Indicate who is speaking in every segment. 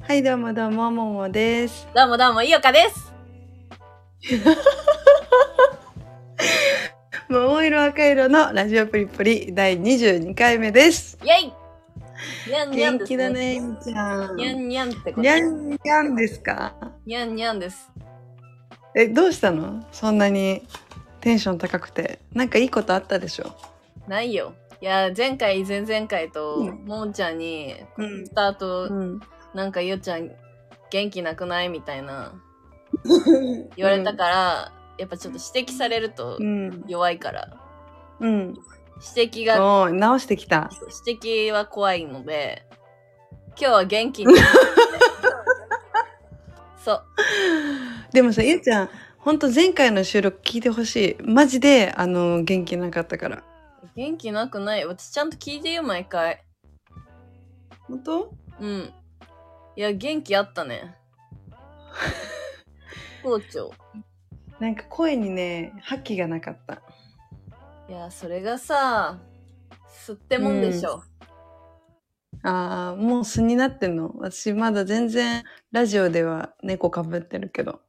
Speaker 1: はい、どうもどうも、ももです。
Speaker 2: どうもどうも、いおかです。
Speaker 1: 桃色赤色のラジオプリプリ第22回目です。
Speaker 2: イェイにゃんにゃん
Speaker 1: 元
Speaker 2: です、
Speaker 1: 気だね、みちゃん。
Speaker 2: にゃんにゃんってこと。
Speaker 1: にゃんにゃんですか
Speaker 2: にゃんにゃんです。
Speaker 1: え、どうしたのそんなにテンション高くて。なんかいいことあったでしょ
Speaker 2: ないよ。いや、前回、前々回と、
Speaker 1: うん
Speaker 2: ももちゃんに、
Speaker 1: うん
Speaker 2: ス。タート、
Speaker 1: うん、
Speaker 2: なんかゆおちゃん、元気なくないみたいな、言われたから、やっぱちょっと指摘されると
Speaker 1: うん。
Speaker 2: 弱いから、
Speaker 1: うん。
Speaker 2: 指摘が、
Speaker 1: おー直してきた。
Speaker 2: 指摘は怖いので、今日は元気に。 そう。
Speaker 1: でもさ、ゆうちゃん、ほんと前回の収録聞いてほしい。マジで、あの、元気なかったから。
Speaker 2: 元気なくない私ちゃんと聞いてよ、毎回。
Speaker 1: 本当
Speaker 2: うん。いや、元気あっ たね。好調。
Speaker 1: なんか声にね、覇気がなかった。
Speaker 2: いや、それがさ、吸ってもんでしょ。
Speaker 1: ああ、もう素になってんの私まだ全然ラジオでは猫かぶってるけど。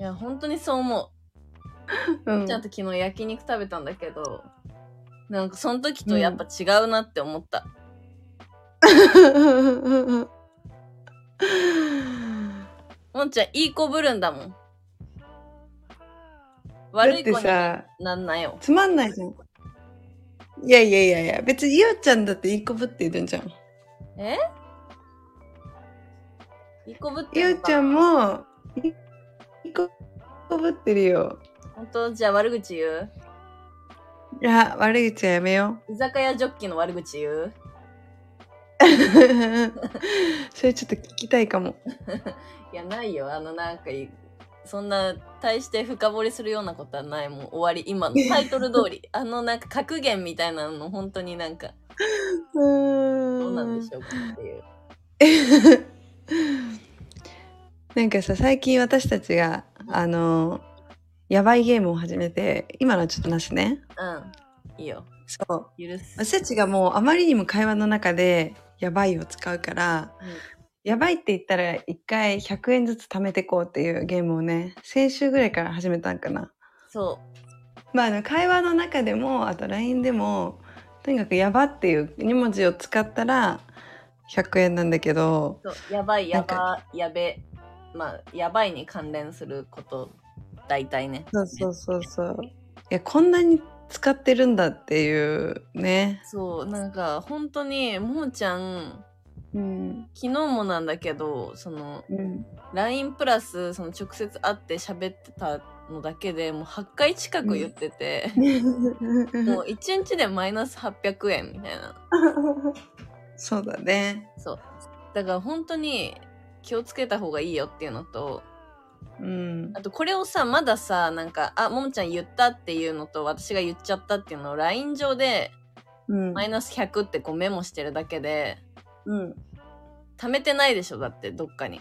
Speaker 2: いや、本当にそう思
Speaker 1: う
Speaker 2: う。
Speaker 1: ん
Speaker 2: ちゃんと昨日焼肉食べたんだけど、なんかその時とやっぱ違うなって思った。 もんちゃん、いい子ぶるんだもん。
Speaker 1: だっ
Speaker 2: 悪い子
Speaker 1: て
Speaker 2: に
Speaker 1: さ、
Speaker 2: なんなよ。
Speaker 1: つまんないじゃん。いやいやいやいや、別にゆうちゃんだっていい子ぶってるんじゃん。
Speaker 2: えいい子ぶって
Speaker 1: ゆ
Speaker 2: る
Speaker 1: うちゃんも、いい子ぶってるよ。
Speaker 2: 本当じゃあ悪口言う
Speaker 1: いや、悪い口はやめよ
Speaker 2: 居酒屋ジョッキの悪口言う
Speaker 1: う。 それちょっと聞きたいかも。
Speaker 2: いやないよあのなんかいそんな大して深掘りするようなことはないもう終わり今 のタイトル通りあのなんか格言みたいなの本当になんか
Speaker 1: う
Speaker 2: どうなん
Speaker 1: ー
Speaker 2: でしょうかってい う
Speaker 1: なんかさ最近私たちがあのやばいゲームを始めて今のはちょっとなしね
Speaker 2: うんいいよ
Speaker 1: そう
Speaker 2: 許す
Speaker 1: 私たちがもうあまりにも会話の中で「やばい」を使うから、
Speaker 2: うん
Speaker 1: やばいって言ったら一回100円ずつ貯めてこうっていうゲームをね先週ぐらいから始めたんかな
Speaker 2: そ
Speaker 1: まああの会話の中でもあと LINE でもとにかく「やば」っていう2文字を使ったら100円なんだけど
Speaker 2: うそうやばい
Speaker 1: な
Speaker 2: や
Speaker 1: んか
Speaker 2: ばやべまあやばいに関連すること大体ね
Speaker 1: そうそうそうそう。いやこんなに使ってるんだっていうね。
Speaker 2: そうなんか本当にももちゃん
Speaker 1: うん。
Speaker 2: 昨日もなんだけどその
Speaker 1: うん。
Speaker 2: LINE プラスその直接会って喋ってたのだけでもう8回近く言ってて、も う1日でマイナス800円みたいな
Speaker 1: そうだね。
Speaker 2: そうだから本当に気をつけた方がいいよっていうのと
Speaker 1: うん
Speaker 2: あ。とこれをさまださなんかあももちゃん言ったっていうのと私が言っちゃったっていうのを LINE 上で
Speaker 1: うん
Speaker 2: マイナス100ってこうメモしてるだけで
Speaker 1: うん。
Speaker 2: 貯めてないでしょだってどっかに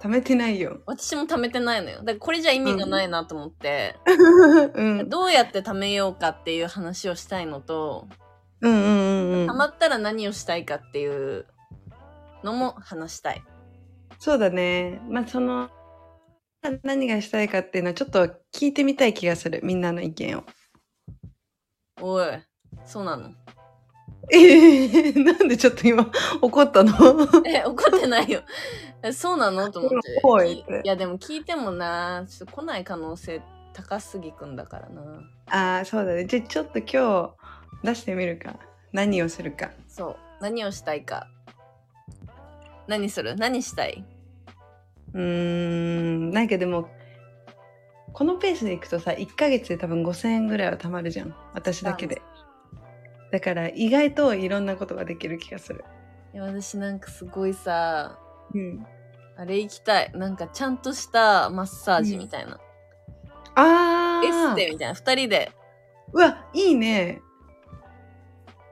Speaker 1: 貯めてないよ。
Speaker 2: 私も貯めてないのよだからこれじゃ意味がないなと思って、
Speaker 1: うん。
Speaker 2: どうやって貯めようかっていう話をしたいのと
Speaker 1: うんうんうんう
Speaker 2: ハ
Speaker 1: ん。
Speaker 2: マったら何をしたいかっていうのも話したい。
Speaker 1: そうだね。まあその何がしたいかっていうのはちょっと聞いてみたい気がするみんなの意見を。
Speaker 2: おい、そうなの。
Speaker 1: えー、なんでちょっと今怒ったの
Speaker 2: え、怒ってないよ。え、そうなのと思って。
Speaker 1: おいって
Speaker 2: いや、でも聞いてもな、ちょっと来ない可能性高すぎくんだからな。
Speaker 1: ああそうだね。じゃあちょっと今日出してみるか。何をするか。
Speaker 2: そう。何をしたいか。何する何したいう
Speaker 1: ーんなんかでもこのペースでいくとさ1ヶ月で多分5,000円ぐらいは貯まるじゃん私だけでだから意外といろんなことができる気がする
Speaker 2: いや、私なんかすごいさ、
Speaker 1: うん
Speaker 2: あれ行きたい。なんかちゃんとしたマッサージみたいな。
Speaker 1: あ
Speaker 2: エス
Speaker 1: ー
Speaker 2: テみたいな。二人で。
Speaker 1: うわいいね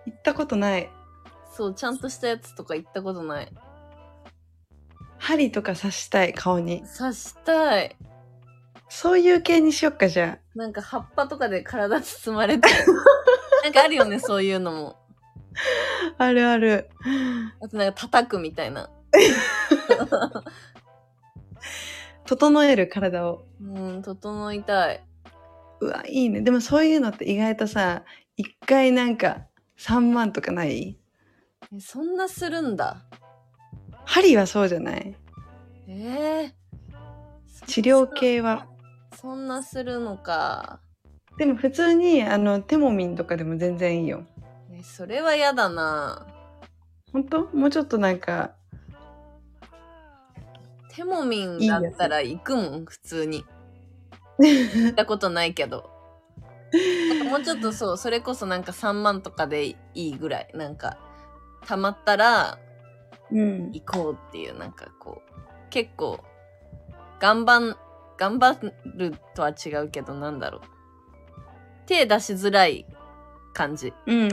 Speaker 1: 行ったことない
Speaker 2: そう、ちゃんとしたやつとか行ったことない。
Speaker 1: 針とか刺したい顔に
Speaker 2: 刺したい。
Speaker 1: そういう系にしよっかじゃあ
Speaker 2: なんか葉っぱとかで体包まれ て。なんかあるよね、そういうのも。
Speaker 1: あるある
Speaker 2: あとなんか叩くみたいな。
Speaker 1: 整える体を。
Speaker 2: うん、整いたい。
Speaker 1: うわ、いいね。でもそういうのって意外とさ、一回なんか3万とかない
Speaker 2: えそんなするんだ。
Speaker 1: 針はそうじゃない
Speaker 2: ええ
Speaker 1: 治療系は。
Speaker 2: そんなするのか。
Speaker 1: でも普通に、あの、テモミンとかでも全然いいよ。
Speaker 2: えそれはやだな。
Speaker 1: 本当もうちょっとなんか、
Speaker 2: テモミンだったら行くもん、普通に。 行ったことないけど。なんかもうちょっとそう、それこそなんか3万とかでいいぐらい。なんか、たまったら
Speaker 1: うん。
Speaker 2: 行こうっていう、なんかこう、結構、頑張ん、頑張るとは違うけど、なんだろう。手出しづらい感じ。
Speaker 1: うんうんう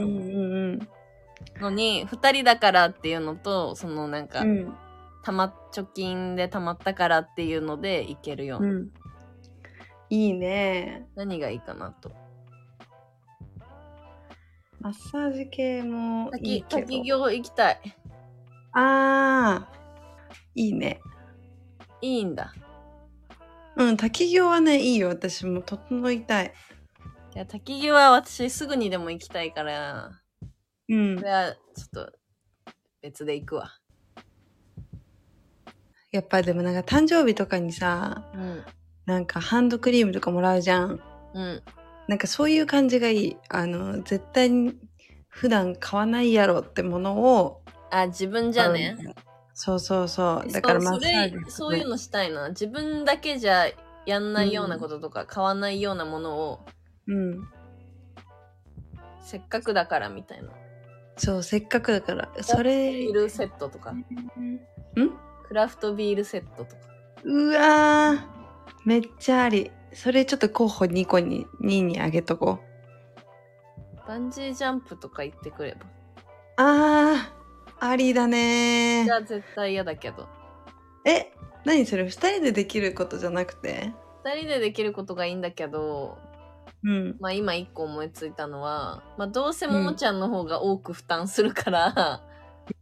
Speaker 1: ん
Speaker 2: のに2人だからっていうのとそのなんか、
Speaker 1: うん。
Speaker 2: たま貯金でたまったからっていうのでいけるよう
Speaker 1: う
Speaker 2: な、
Speaker 1: ん。いいね。
Speaker 2: 何がいいかなと
Speaker 1: マッサージ系もいい
Speaker 2: 滝
Speaker 1: けど。
Speaker 2: 滝行行きたい
Speaker 1: ああ。いいね。
Speaker 2: いいんだ
Speaker 1: うん、滝行はね、いいよ。私も整いたい。
Speaker 2: いや滝行は私すぐにでも行きたいから
Speaker 1: うん
Speaker 2: それ。はちょっと別で行くわ
Speaker 1: やっぱでもなんか誕生日とかにさ、
Speaker 2: うん
Speaker 1: なんかハンドクリームとかもらうじゃん。
Speaker 2: うん
Speaker 1: なんかそういう感じがいい。あの、絶対に普段買わないやろってものを。
Speaker 2: あ自分じゃね
Speaker 1: 買う。そうそうそう。だ
Speaker 2: だ
Speaker 1: か
Speaker 2: からら
Speaker 1: マ
Speaker 2: そ
Speaker 1: ッサー
Speaker 2: れ
Speaker 1: ジ、
Speaker 2: そういうのしたいな自分だけじゃやんないようなこととか、買わないようなものを
Speaker 1: うん。
Speaker 2: せっかくだからみたいな
Speaker 1: そう、せっかくだから。それ。
Speaker 2: ビールセットとか
Speaker 1: うん
Speaker 2: クラフトビールセットとか。
Speaker 1: うわーめっちゃあり。それちょっと候補2個に、2にあげとこう。
Speaker 2: バンジージャンプとか行ってくれば。
Speaker 1: あー、ありだね
Speaker 2: じ
Speaker 1: ー。
Speaker 2: ゃあ絶対嫌だけど。
Speaker 1: え、何それ ?2 人でできることじゃなくて
Speaker 2: 二人でできることがいいんだけど、
Speaker 1: うん。
Speaker 2: まあ今一個思いついたのは、まあどうせ
Speaker 1: うん
Speaker 2: ももちゃんの方が多く負担するから、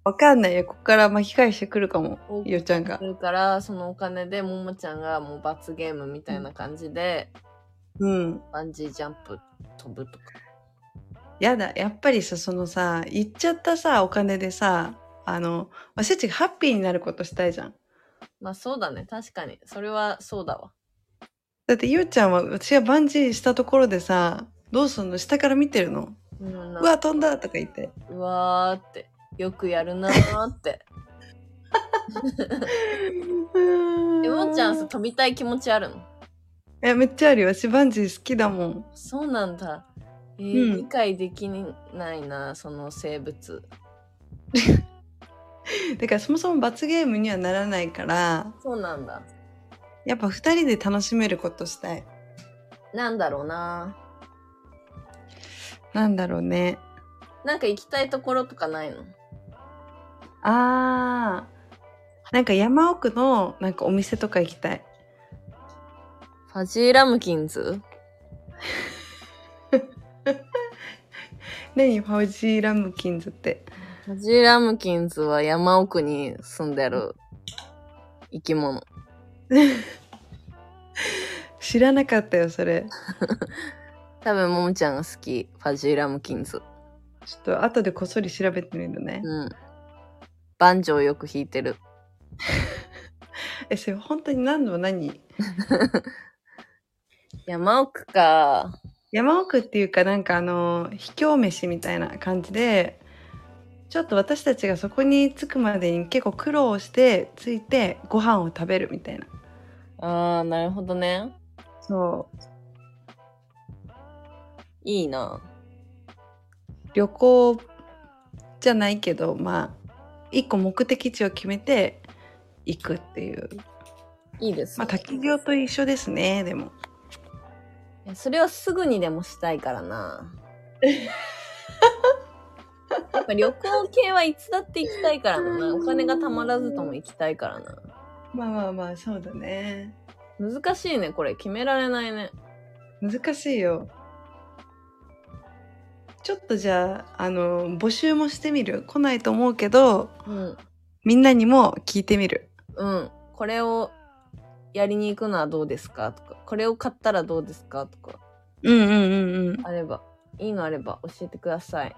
Speaker 1: わかんないよ。ここから巻き返してくるかも
Speaker 2: お。
Speaker 1: ゆうちゃんが
Speaker 2: す。るから、そのお金でももちゃんがもう罰ゲームみたいな感じで、
Speaker 1: うん。
Speaker 2: バンジージャンプ飛ぶとか。
Speaker 1: やだ。やっぱりさ、そのさ、言っちゃったさ、お金でさ、あの、私たちがハッピーになることしたいじゃん。
Speaker 2: まあそうだね。確かに。それはそうだわ。
Speaker 1: だってゆうちゃんは、私がバンジーしたところでさ、どうすんの下から見てるの
Speaker 2: うん、なんか
Speaker 1: うわ、飛んだとか言って。
Speaker 2: うわーって。よくやるなーって。 え、ももちゃんさ、飛びたい気持ちあるの
Speaker 1: えめっちゃあるよ私バンジー好きだもん
Speaker 2: そうなんだ。えー
Speaker 1: うん
Speaker 2: 理解できないな、その生物。
Speaker 1: だからそもそも罰ゲームにはならないから
Speaker 2: そうなんだ。
Speaker 1: やっぱ2人で楽しめることしたい
Speaker 2: なんだろうな。
Speaker 1: なんだろうね
Speaker 2: なんか行きたいところとかないの
Speaker 1: あーなんか山奥のなんかお店とか行きたい
Speaker 2: ファジーラムキンズ
Speaker 1: 何ファウジーラムキンズって
Speaker 2: ファジーラムキンズは山奥に住んでる生き物。
Speaker 1: 知らなかったよそれ
Speaker 2: 多分ももちゃんが好き。ファジーラムキンズ。
Speaker 1: ちょっと後でこっそり調べてみるね
Speaker 2: うん。バンジョーよく弾いてる。
Speaker 1: えそれ本当に何度も何
Speaker 2: 山奥か。
Speaker 1: 山奥っていうかなんかあの秘境飯みたいな感じでちょっと私たちがそこに着くまでに結構苦労して着いてご飯を食べるみたいな
Speaker 2: あー、なるほどね。
Speaker 1: そう
Speaker 2: いいな。
Speaker 1: 旅行じゃないけどまあ一個目的地を決めて行くっていう
Speaker 2: いいです、
Speaker 1: まあ
Speaker 2: ね。
Speaker 1: 滝行と一緒ですねでも
Speaker 2: いやそれはすぐにでもしたいからな。やっぱ旅行系はいつだって行きたいからな。お金がたまらずとも行きたいからな。
Speaker 1: まあまあまあそうだね
Speaker 2: 難しいね、これ。決められないね。
Speaker 1: 難しいよちょっとじゃああの募集もしてみる来ないと思うけど
Speaker 2: うん。
Speaker 1: みんなにも聞いてみる。
Speaker 2: うん、これをやりに行くのはどうですかとか、これを買ったらどうですかとか、
Speaker 1: うんうんうんうん。
Speaker 2: あれば、いいのあれば教えてください。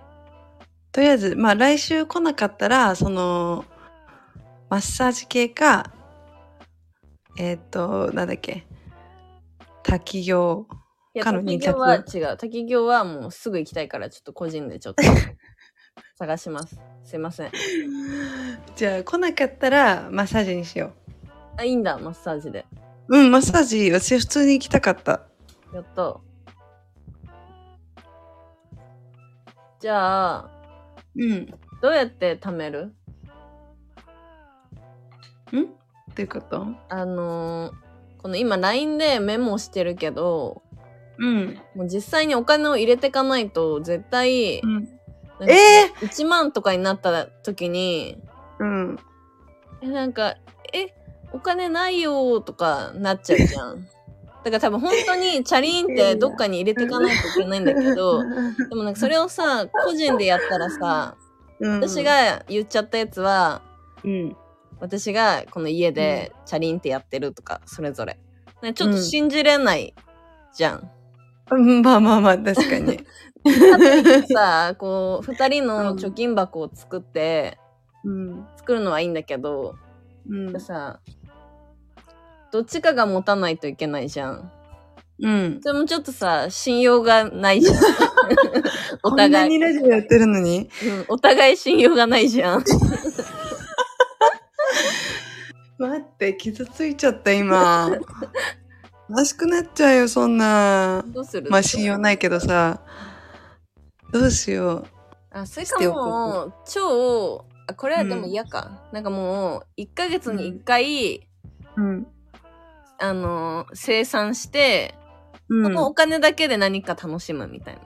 Speaker 1: とりあえず、まあ来週来なかったら、その、マッサージ系か、えっ、と、なんだっけ、滝行。
Speaker 2: い
Speaker 1: 他の
Speaker 2: 滝
Speaker 1: 二
Speaker 2: 行
Speaker 1: 択
Speaker 2: は違う。滝行はもうすぐ行きたいから、ちょっと個人でち ょっと探します。すいません。
Speaker 1: じゃあ来なかったらマッサージにしよ
Speaker 2: あ、いいんだ、マッサージで。
Speaker 1: う。うん、マッサージ、私普通に行きたかった。
Speaker 2: やった。じゃあ、
Speaker 1: うん。ん
Speaker 2: どうやって貯める
Speaker 1: っていうこと
Speaker 2: あのーこの今 LINE でメモしてるけど、
Speaker 1: うん。
Speaker 2: もう実際にお金を入れてかないと、絶対、
Speaker 1: うん。
Speaker 2: なんか
Speaker 1: え
Speaker 2: !1 万とかになった時に、
Speaker 1: うん。
Speaker 2: えなんか、え、お金ないよーとかなっちゃうじゃん。だから多分本当にチャリンってどっかに入れていかないといけないんだけど、 でもなんかそれをさ、個人でやったらさ、
Speaker 1: うん、
Speaker 2: 私、が言っちゃったやつは、
Speaker 1: うん。
Speaker 2: 私がこの家でチャリンってやってるとか、それぞれ。なんかちょっと信じれないじゃん。
Speaker 1: うんまあまあまあ、確か に。
Speaker 2: さ、こう、二人の貯金箱を作って、
Speaker 1: うん。
Speaker 2: 作るのはいいんだけど、
Speaker 1: うん。
Speaker 2: さ、どっちかが持たないといけないじゃん。
Speaker 1: うん。
Speaker 2: でもちょっとさ、信用がない じゃん。お
Speaker 1: こんな
Speaker 2: 互
Speaker 1: に
Speaker 2: い、
Speaker 1: ラジオやってるのに
Speaker 2: うんお互い信用がない じゃん。
Speaker 1: 待って、傷ついちゃった今。おかしくなっちゃうよ、そんな。
Speaker 2: どうする
Speaker 1: まあ信用ないけどさ。どうしよ
Speaker 2: あ、それかもう、超、あこれはでも嫌か。なんかもう、1ヶ月に1回、
Speaker 1: う。うん。
Speaker 2: あのー、生産して、
Speaker 1: う
Speaker 2: そ
Speaker 1: ん、
Speaker 2: のお金だけで何か楽しむみたいな。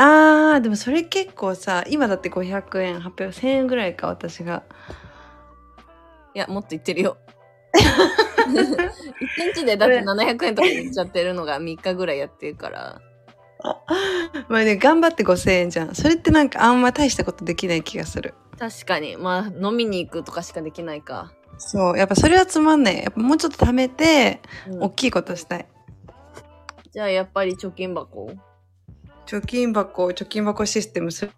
Speaker 1: あーでもそれ結構さ今だって500円800円1000円ぐらいか私が
Speaker 2: いや、もっと言って るよ。1日でだって700円とかいっちゃってるのが3日ぐらいやってるから。
Speaker 1: まあね頑張って5000円じゃんそれってなんかあんま大したことできない気がする
Speaker 2: 確かに。まあ、飲みに行くとかしかできな いか。
Speaker 1: そうやっぱそれはつまんないやっぱもうちょっと貯めて
Speaker 2: うん
Speaker 1: 大きいことしたい、
Speaker 2: じゃあ、やっぱり貯金箱
Speaker 1: 貯金箱貯金箱システムする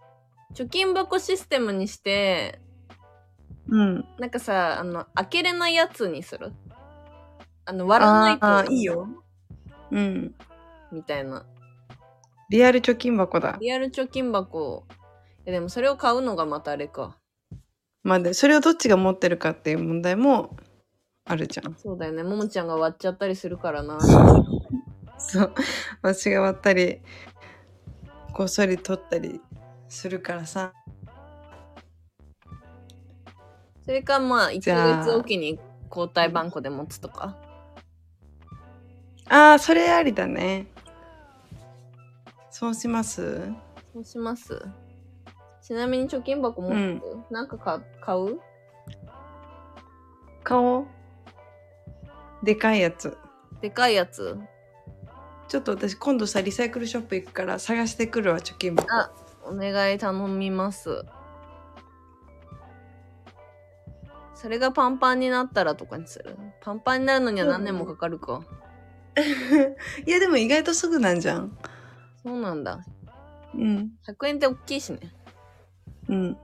Speaker 2: 貯金箱システムにして、
Speaker 1: うん
Speaker 2: なんかさ、あの、開けれないやつにする。あの、割らないと。
Speaker 1: あーいい。ようん
Speaker 2: みたいな。
Speaker 1: リアル貯金箱だ
Speaker 2: リアル貯金箱。いやでもそれを買うのがまたあれか。
Speaker 1: まあでそれをどっちが持ってるかっていう問題もあるじゃん
Speaker 2: そうだよね。ももちゃんが割っちゃったりするからな。
Speaker 1: そう 私が割ったりこっそり取ったりするからさ
Speaker 2: それかまあ、1
Speaker 1: じゃあ
Speaker 2: ヶ月おきに交代番号で持つとか。
Speaker 1: ああそれありだねそうします
Speaker 2: そうします。ちなみに貯金箱持ってる、なんかか買う
Speaker 1: 顔でかいやつ
Speaker 2: でかいやつ。
Speaker 1: ちょっと私今度さリサイクルショップ行くから探してくるわ貯金箱
Speaker 2: あお願い頼みます。それがパンパンになったらとかにする。パンパンになるのには何年もかかるか。
Speaker 1: いやでも意外とすぐなんじゃん
Speaker 2: そうなんだ。
Speaker 1: うん
Speaker 2: 100円って大きいしね。
Speaker 1: うん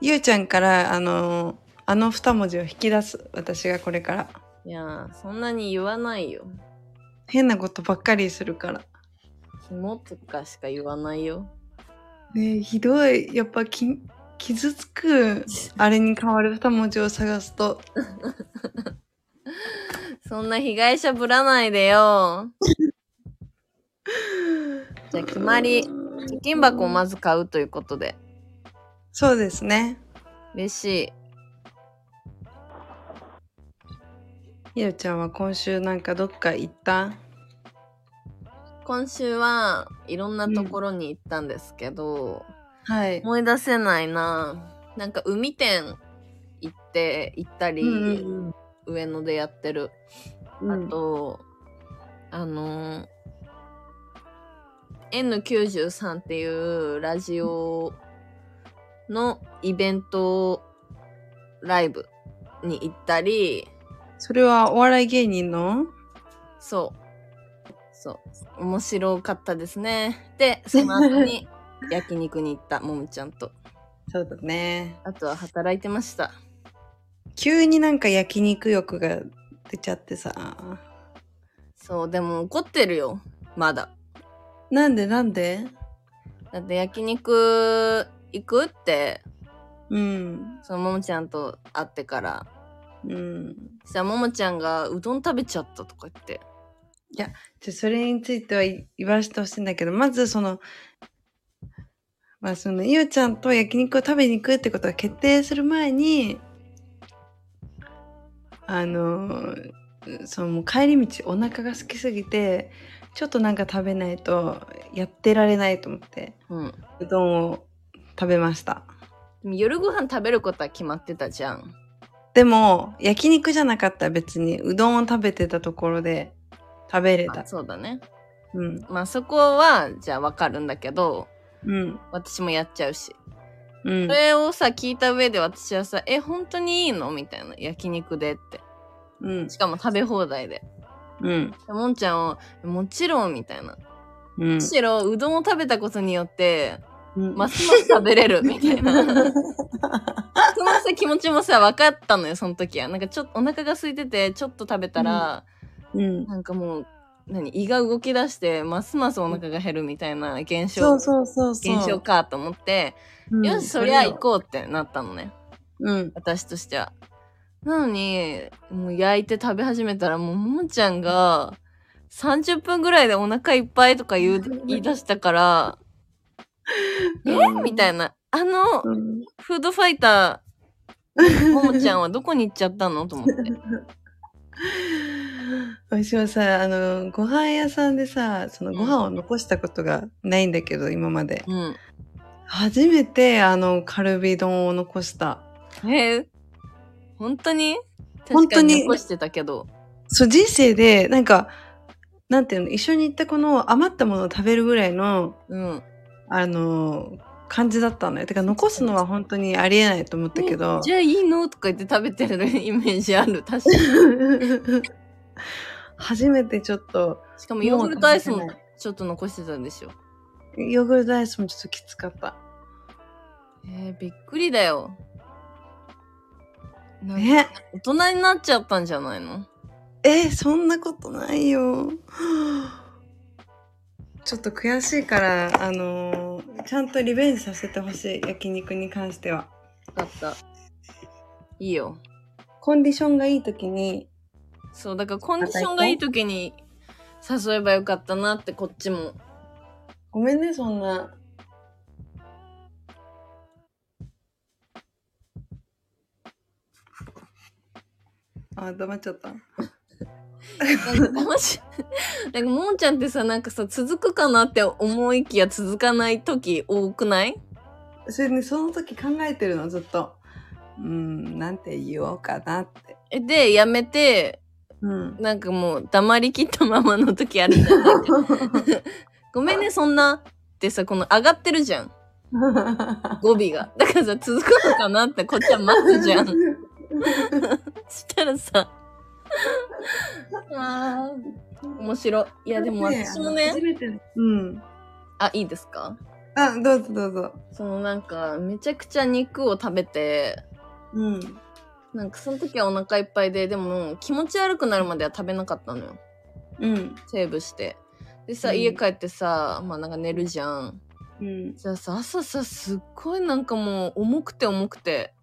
Speaker 1: ゆうちゃんからあのーあの二文字を引き出す私がこれから
Speaker 2: いやー、そんなに言わないよ。
Speaker 1: 変なことばっかりするから
Speaker 2: 紐とかしか言わないよ。
Speaker 1: ねえひどいやっぱき傷つくあれに変わる二文字を探すと
Speaker 2: そんな被害者ぶらないでよ。 じゃあ決まり貯金箱をまず買うということで。
Speaker 1: そうですね
Speaker 2: 嬉しい。
Speaker 1: ゆうちゃんは今週なんかどっか行った
Speaker 2: 今週はいろんなところに行ったんですけど、
Speaker 1: はい
Speaker 2: 思い出せないな。なんか海店行って、行ったり、
Speaker 1: うん
Speaker 2: 上野でやってる。
Speaker 1: う
Speaker 2: あ
Speaker 1: ん
Speaker 2: と、あのー、N93 っていうラジオのイベントライブに行ったり、
Speaker 1: それはお笑い芸人の
Speaker 2: そう。そう。面白かったですね。で、その後に焼肉に行った、ももちゃんと。
Speaker 1: そうだね。
Speaker 2: あとは働いてました。
Speaker 1: 急になんか焼肉欲が出ちゃってさ。
Speaker 2: そう、でも怒ってるよ。まだ。
Speaker 1: なんでなんで
Speaker 2: だって焼肉行くって、
Speaker 1: うん。
Speaker 2: そのももちゃんと会ってから。
Speaker 1: うん。
Speaker 2: そしたらももちゃんがうどん食べちゃったとか言って。
Speaker 1: じゃあそれについては言わせてほしいんだけど、まずその、まあその、ゆうちゃんと焼肉を食べに行くってことが決定する前に、あの、そのもう帰り道お腹が空きすぎて、ちょっとなんか食べないとやってられないと思って、
Speaker 2: うん。
Speaker 1: うどんを食べました。
Speaker 2: でも夜ご飯食べることは決まってたじゃん。
Speaker 1: でも、焼肉じゃなかったら別にうどんを食べてたところで食べれた
Speaker 2: あ。そうだね。
Speaker 1: うん。
Speaker 2: まあそこは、じゃあわかるんだけど、
Speaker 1: うん。
Speaker 2: 私もやっちゃうし。
Speaker 1: うん
Speaker 2: そ。れをさ、聞いた上で私はさ、え、本当にいいのみたいな。焼肉でって。
Speaker 1: うん
Speaker 2: し。かも食べ放題で。
Speaker 1: うん。
Speaker 2: でもんちゃんを、もちろんみたいな。
Speaker 1: うん
Speaker 2: む。しろうどんを食べたことによって、
Speaker 1: うん
Speaker 2: ますます食べ れるみたいな。そのさ、気持ちもさ、分かったのよ、その時は。なんかちょっとお腹が空いてて、ちょっと食べたら、
Speaker 1: うん。
Speaker 2: なんかもう、何胃が動き出して、ますますお腹が減るみたいな現
Speaker 1: そ
Speaker 2: 象、
Speaker 1: うそうそうそう。
Speaker 2: 現象かと思って、
Speaker 1: うん
Speaker 2: よし、そりゃ行こうってなったのね。
Speaker 1: うん。
Speaker 2: 私としては。なのに、もう焼いて食べ始めたら、もう、ももちゃんが、30分ぐらいでお腹いっぱいとか言う、言い出し たから、えみたいな。あの、
Speaker 1: うん。
Speaker 2: フードファイター、ももちゃんはどこに行っちゃったのと思って。
Speaker 1: 私はさ、あの、ご飯屋さんでさ、そのご飯を残したことがないんだけど、今まで。
Speaker 2: うん。
Speaker 1: 初めて、あの、カルビ丼を残した。
Speaker 2: えー本当に
Speaker 1: 本
Speaker 2: 確
Speaker 1: 当
Speaker 2: か
Speaker 1: に
Speaker 2: に残してたけど。
Speaker 1: そう、人生で、なんか、なんていうの、一緒に行った子の余ったものを食べるぐらいの、
Speaker 2: うん。
Speaker 1: あの、感じだったのよ。てか、残すのは本当にありえないと思ったけど。
Speaker 2: じゃあいいのとか言って食べてるイメージある。確かに。
Speaker 1: 初めてちょっと、
Speaker 2: しかもヨーグルトアイス
Speaker 1: もう
Speaker 2: も
Speaker 1: 食
Speaker 2: ちょっと残してたんでしょ。
Speaker 1: ヨーグルトアイスもちょっときつかった。
Speaker 2: えー、びっくりだよ。なんか
Speaker 1: え、
Speaker 2: 大人になっちゃったんじゃないの
Speaker 1: え、そんなことないよ。ちょっと悔しいから、あのーちゃんとリベンジさせてほしい、焼肉に関しては。
Speaker 2: よかった。いいよ。
Speaker 1: コンディションがいい時に、
Speaker 2: そう、だからコンディションがいい時に誘えばよかったなってこっちも。
Speaker 1: ごめんね、そんな。あ、黙っちゃった。
Speaker 2: なんかもし、なんかももちゃんってさ、なんかさ、続くかなって思いきや続かない時多くない
Speaker 1: それね、その時考えてるの、ずっと。うん、なんて言おうかなって。
Speaker 2: えで、やめて、
Speaker 1: うん。
Speaker 2: なん かもう黙りきったままの時あるじゃ ん。なんかごめんね、そんな。ってさ、この上がってるじゃん。語尾が。だからさ、続くのかなってこっちは待 つじゃん。そしたらさ、あー面白い。いや、でも私も
Speaker 1: 初
Speaker 2: ね、
Speaker 1: めて。うん。
Speaker 2: あ、いいですか
Speaker 1: あ、どうぞどうぞ。
Speaker 2: そのなんか、めちゃくちゃ肉を食べて、
Speaker 1: うん。
Speaker 2: なんかその時はお腹いっぱいで、でも気持ち悪くなるまでは食べなかったのよ。
Speaker 1: うん。
Speaker 2: セーブして。でさ、
Speaker 1: うん
Speaker 2: 家帰ってさ、まあなんか寝るじゃん。
Speaker 1: うん。
Speaker 2: じゃあさ、朝さ、すっごいなんかもう重くて重くて。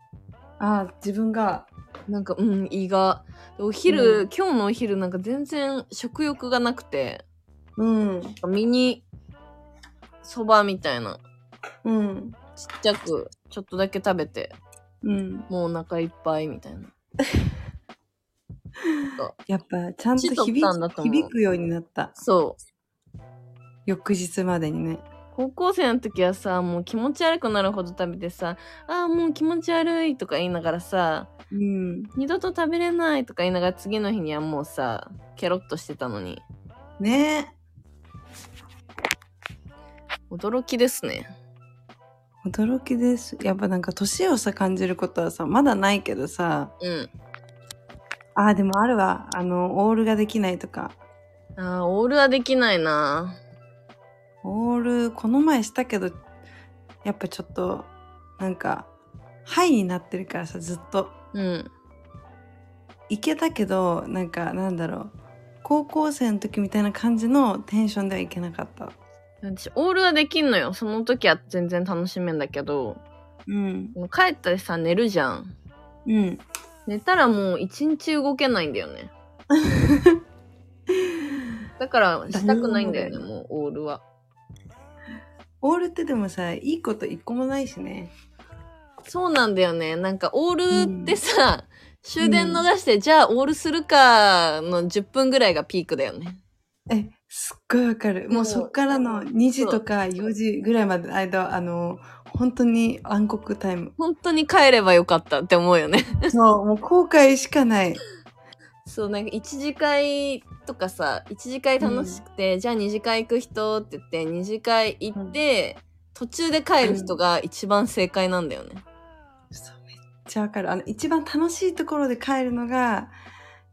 Speaker 1: あ、自分が。
Speaker 2: なんか、うん、胃が。でお昼、
Speaker 1: う
Speaker 2: 今日のお昼なんか全然食欲がなくて、
Speaker 1: うん。
Speaker 2: ミニそばみたいな、
Speaker 1: うん。
Speaker 2: ちっちゃく、ちょっとだけ食べて、
Speaker 1: うん。
Speaker 2: もうお腹いっぱいみたいな。
Speaker 1: やっぱ、ちゃんと
Speaker 2: ちょっと
Speaker 1: 響
Speaker 2: 負担だと
Speaker 1: く
Speaker 2: 思う
Speaker 1: 響くようになった。
Speaker 2: そう。
Speaker 1: 翌日までにね。
Speaker 2: 高校生の時はさ、もう気持ち悪くなるほど食べてさ、ああ、もう気持ち悪いとか言いながらさ、
Speaker 1: うん。
Speaker 2: 二度と食べれないとか言いながら次の日にはもうさ、ケロッとしてたのに、
Speaker 1: ね
Speaker 2: 驚きですね。
Speaker 1: 驚きです。やっぱなんか年をさ感じることはさ、まだないけどさ、
Speaker 2: うん。
Speaker 1: ああ、でもあるわ。あの、オールができないとか。
Speaker 2: あーオールはできないな。
Speaker 1: オール、この前したけど、やっぱちょっと、なんか、はいになってるからさ、ずっと。
Speaker 2: うん。
Speaker 1: いけたけど、なんか、なんだろう。高校生の時みたいな感じのテンションではいけなかった。
Speaker 2: 私、オールはできんのよ。その時は全然楽しめんだけど、
Speaker 1: うん。
Speaker 2: もう帰ったりさ、寝るじゃん。
Speaker 1: うん。
Speaker 2: 寝たらもう一日動けないんだよね。だから、したくないんだよね、
Speaker 1: なる
Speaker 2: もう、オールは。
Speaker 1: オールってでもさ、いいこと一個もないしね。
Speaker 2: そうなんだよね。なんか、オールってさ、終電逃して、じゃあオールするかの10分ぐらいがピークだよね。
Speaker 1: え、すっごいわかる。も
Speaker 2: も
Speaker 1: う
Speaker 2: う。
Speaker 1: そっからの2時とか4時ぐらいまでの間、あの、本当に暗黒タイム
Speaker 2: 本当に帰ればよかったって思うよね。
Speaker 1: そう、もう後悔しかない。
Speaker 2: そう、なんか一次会とかさ、一次会楽しくて、じゃあ二次会行く人って言って、二次会行って、途中で帰る人が一番正解なんだよね。
Speaker 1: そう、めっちゃわかる。あの、一番楽しいところで帰るのが、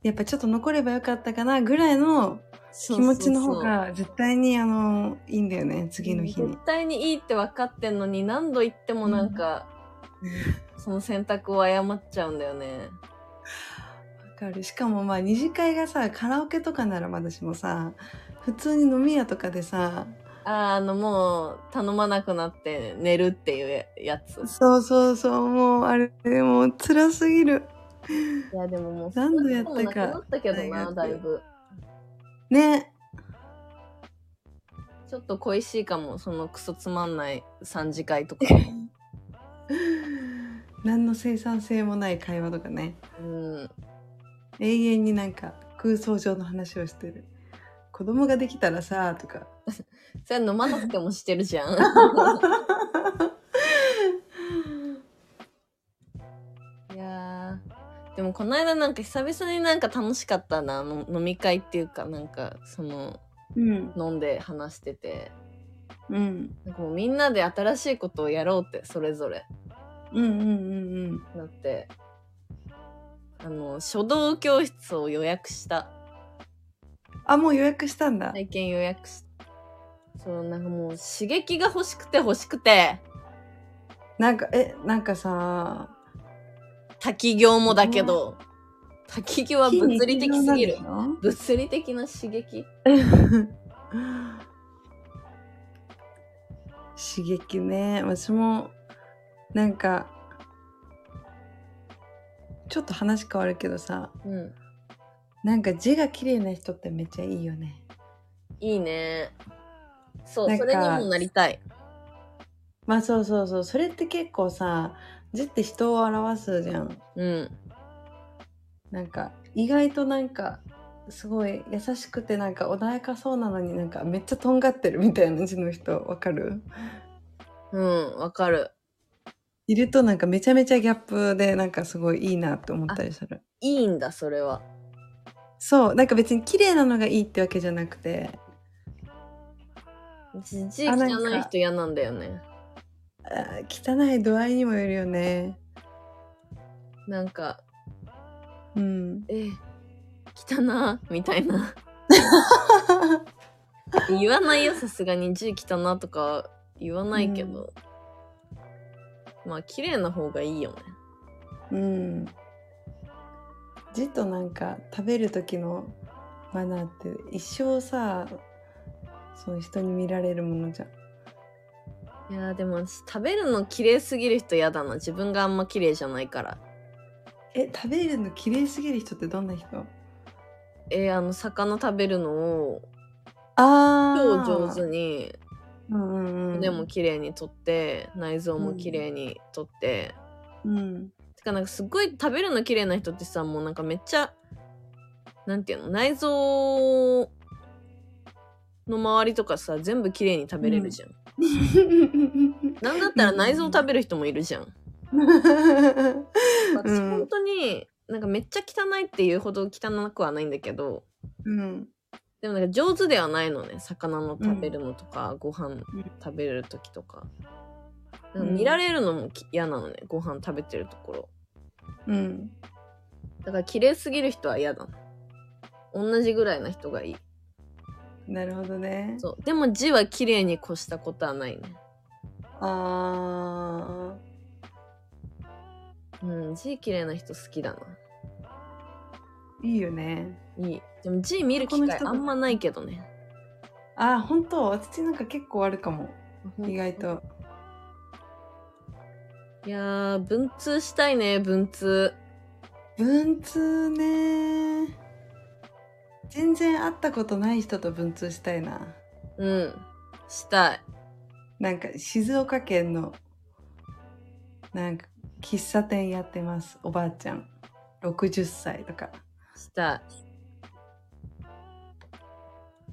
Speaker 1: やっぱちょっと残ればよかったかなぐらいの
Speaker 2: そ
Speaker 1: 気
Speaker 2: うそう
Speaker 1: 持
Speaker 2: そう
Speaker 1: ちの方が絶対にあの、いいんだよね、次の日に
Speaker 2: 絶。対にいいって分かってんのに何度言ってもなんか、その選択を誤っちゃうんだよね。
Speaker 1: わかる。しかもまあ二次会がさ、カラオケとかならまだしもさ、普通に飲み屋とかでさ、
Speaker 2: あーあのもう頼まなくなって寝るっていうやつ。
Speaker 1: そうそうそう、もうあれ、もう辛すぎる。
Speaker 2: いやでももう
Speaker 1: 何度やったか
Speaker 2: そんなこともなくなったけどな、だいぶ。
Speaker 1: ね。
Speaker 2: ちょっと恋しいかも、そのクソつまんない三次会と か。
Speaker 1: 何の生産性もない会話とかね。
Speaker 2: うん。
Speaker 1: 永遠になんか空想上の話をしてる。子供ができたらさ、と か。
Speaker 2: それ飲まなくてもしてる じゃん。いやーでもこの間なんか久々になんか楽しかったな、の飲み会っていうか、なんかその
Speaker 1: うん。
Speaker 2: 飲んで話してて。
Speaker 1: うん。
Speaker 2: なんかもうみんなで新しいことをやろうって、それぞれ。
Speaker 1: うんうんうんうん。
Speaker 2: なって。あの、書道教室を予約した。
Speaker 1: あ、もう予約したんだ。
Speaker 2: 最近予約しそうなんかもう刺激が欲しくて欲しくて
Speaker 1: なんか、え、なんかさ、
Speaker 2: 滝行もだけど滝行は物理的すぎる
Speaker 1: 非日常なん
Speaker 2: 物理的な刺激
Speaker 1: でしょ刺激ね。私も、なんか、ちょっと話変わるけどさ、
Speaker 2: うん
Speaker 1: なんか字が綺麗な人ってめっちゃいいよね。
Speaker 2: いいねそ
Speaker 1: な
Speaker 2: うん
Speaker 1: か
Speaker 2: それにもなりたい
Speaker 1: まあそうそうそう。それって結構さ、字って人を表すじゃん。
Speaker 2: うん
Speaker 1: なんか意外となんかすごい優しくてなんか穏やかそうなのになんかめっちゃとんがってるみたいな字の人わかる
Speaker 2: うんわかる
Speaker 1: いるとなんかめちゃめちゃギャップでなんかすごいいいなって思ったりする。
Speaker 2: いいんだそれは
Speaker 1: そう。なんか別に綺麗なのがいいってわけじゃなくて、
Speaker 2: 字字
Speaker 1: あ
Speaker 2: 汚
Speaker 1: なんか
Speaker 2: い人嫌なんだよね
Speaker 1: あー汚い度合いにもよるよね。
Speaker 2: なんか
Speaker 1: うん。
Speaker 2: え汚なみたい な言わないよさすがに字汚なとか言わないけど、まあ綺麗な方がいいよね
Speaker 1: うん。字となんか食べる時のマナーって一生さその人に見られるものじゃん。
Speaker 2: いやーでも私食べるの綺麗すぎる人嫌だな自分があんま綺麗じゃないから
Speaker 1: え食べるの綺麗すぎる人ってどんな人
Speaker 2: えーあの魚食べるのを
Speaker 1: あ
Speaker 2: 超上手に
Speaker 1: うんうんうん、
Speaker 2: 骨も綺麗に取って内臓も綺麗に取って、
Speaker 1: うん
Speaker 2: てかなんかすごい食べるの綺麗な人ってさもうなんかめっちゃなんていうの内臓の周りとかさ全部綺麗に食べれるじゃん、なんだったら内臓食べる人もいるじゃん、私
Speaker 1: うん
Speaker 2: 本当になんかめっちゃ汚いっていうほど汚くはないんだけど
Speaker 1: うん
Speaker 2: でもなんか上手ではないのね魚の食べるのとか、ご飯食べる時とかなんか見られるのもき嫌なのねご飯食べてるところ
Speaker 1: うん
Speaker 2: だから綺麗すぎる人は嫌だ同じぐらいな人がいい
Speaker 1: なるほどね
Speaker 2: そうでも字は綺麗に越したことはないね
Speaker 1: あ
Speaker 2: うん字綺麗な人好きだ
Speaker 1: ーいいよね
Speaker 2: ないいでも字見る機
Speaker 1: この
Speaker 2: 会
Speaker 1: 人と
Speaker 2: あんまないけどね
Speaker 1: あー本当私なんか結構あるかも意外と
Speaker 2: いやー文通したいね文通
Speaker 1: 文通ね全然会ったことない人と文通したいな
Speaker 2: うんしたい
Speaker 1: なんか静岡県のなんか喫茶店やってますおばあちゃん60歳とか
Speaker 2: した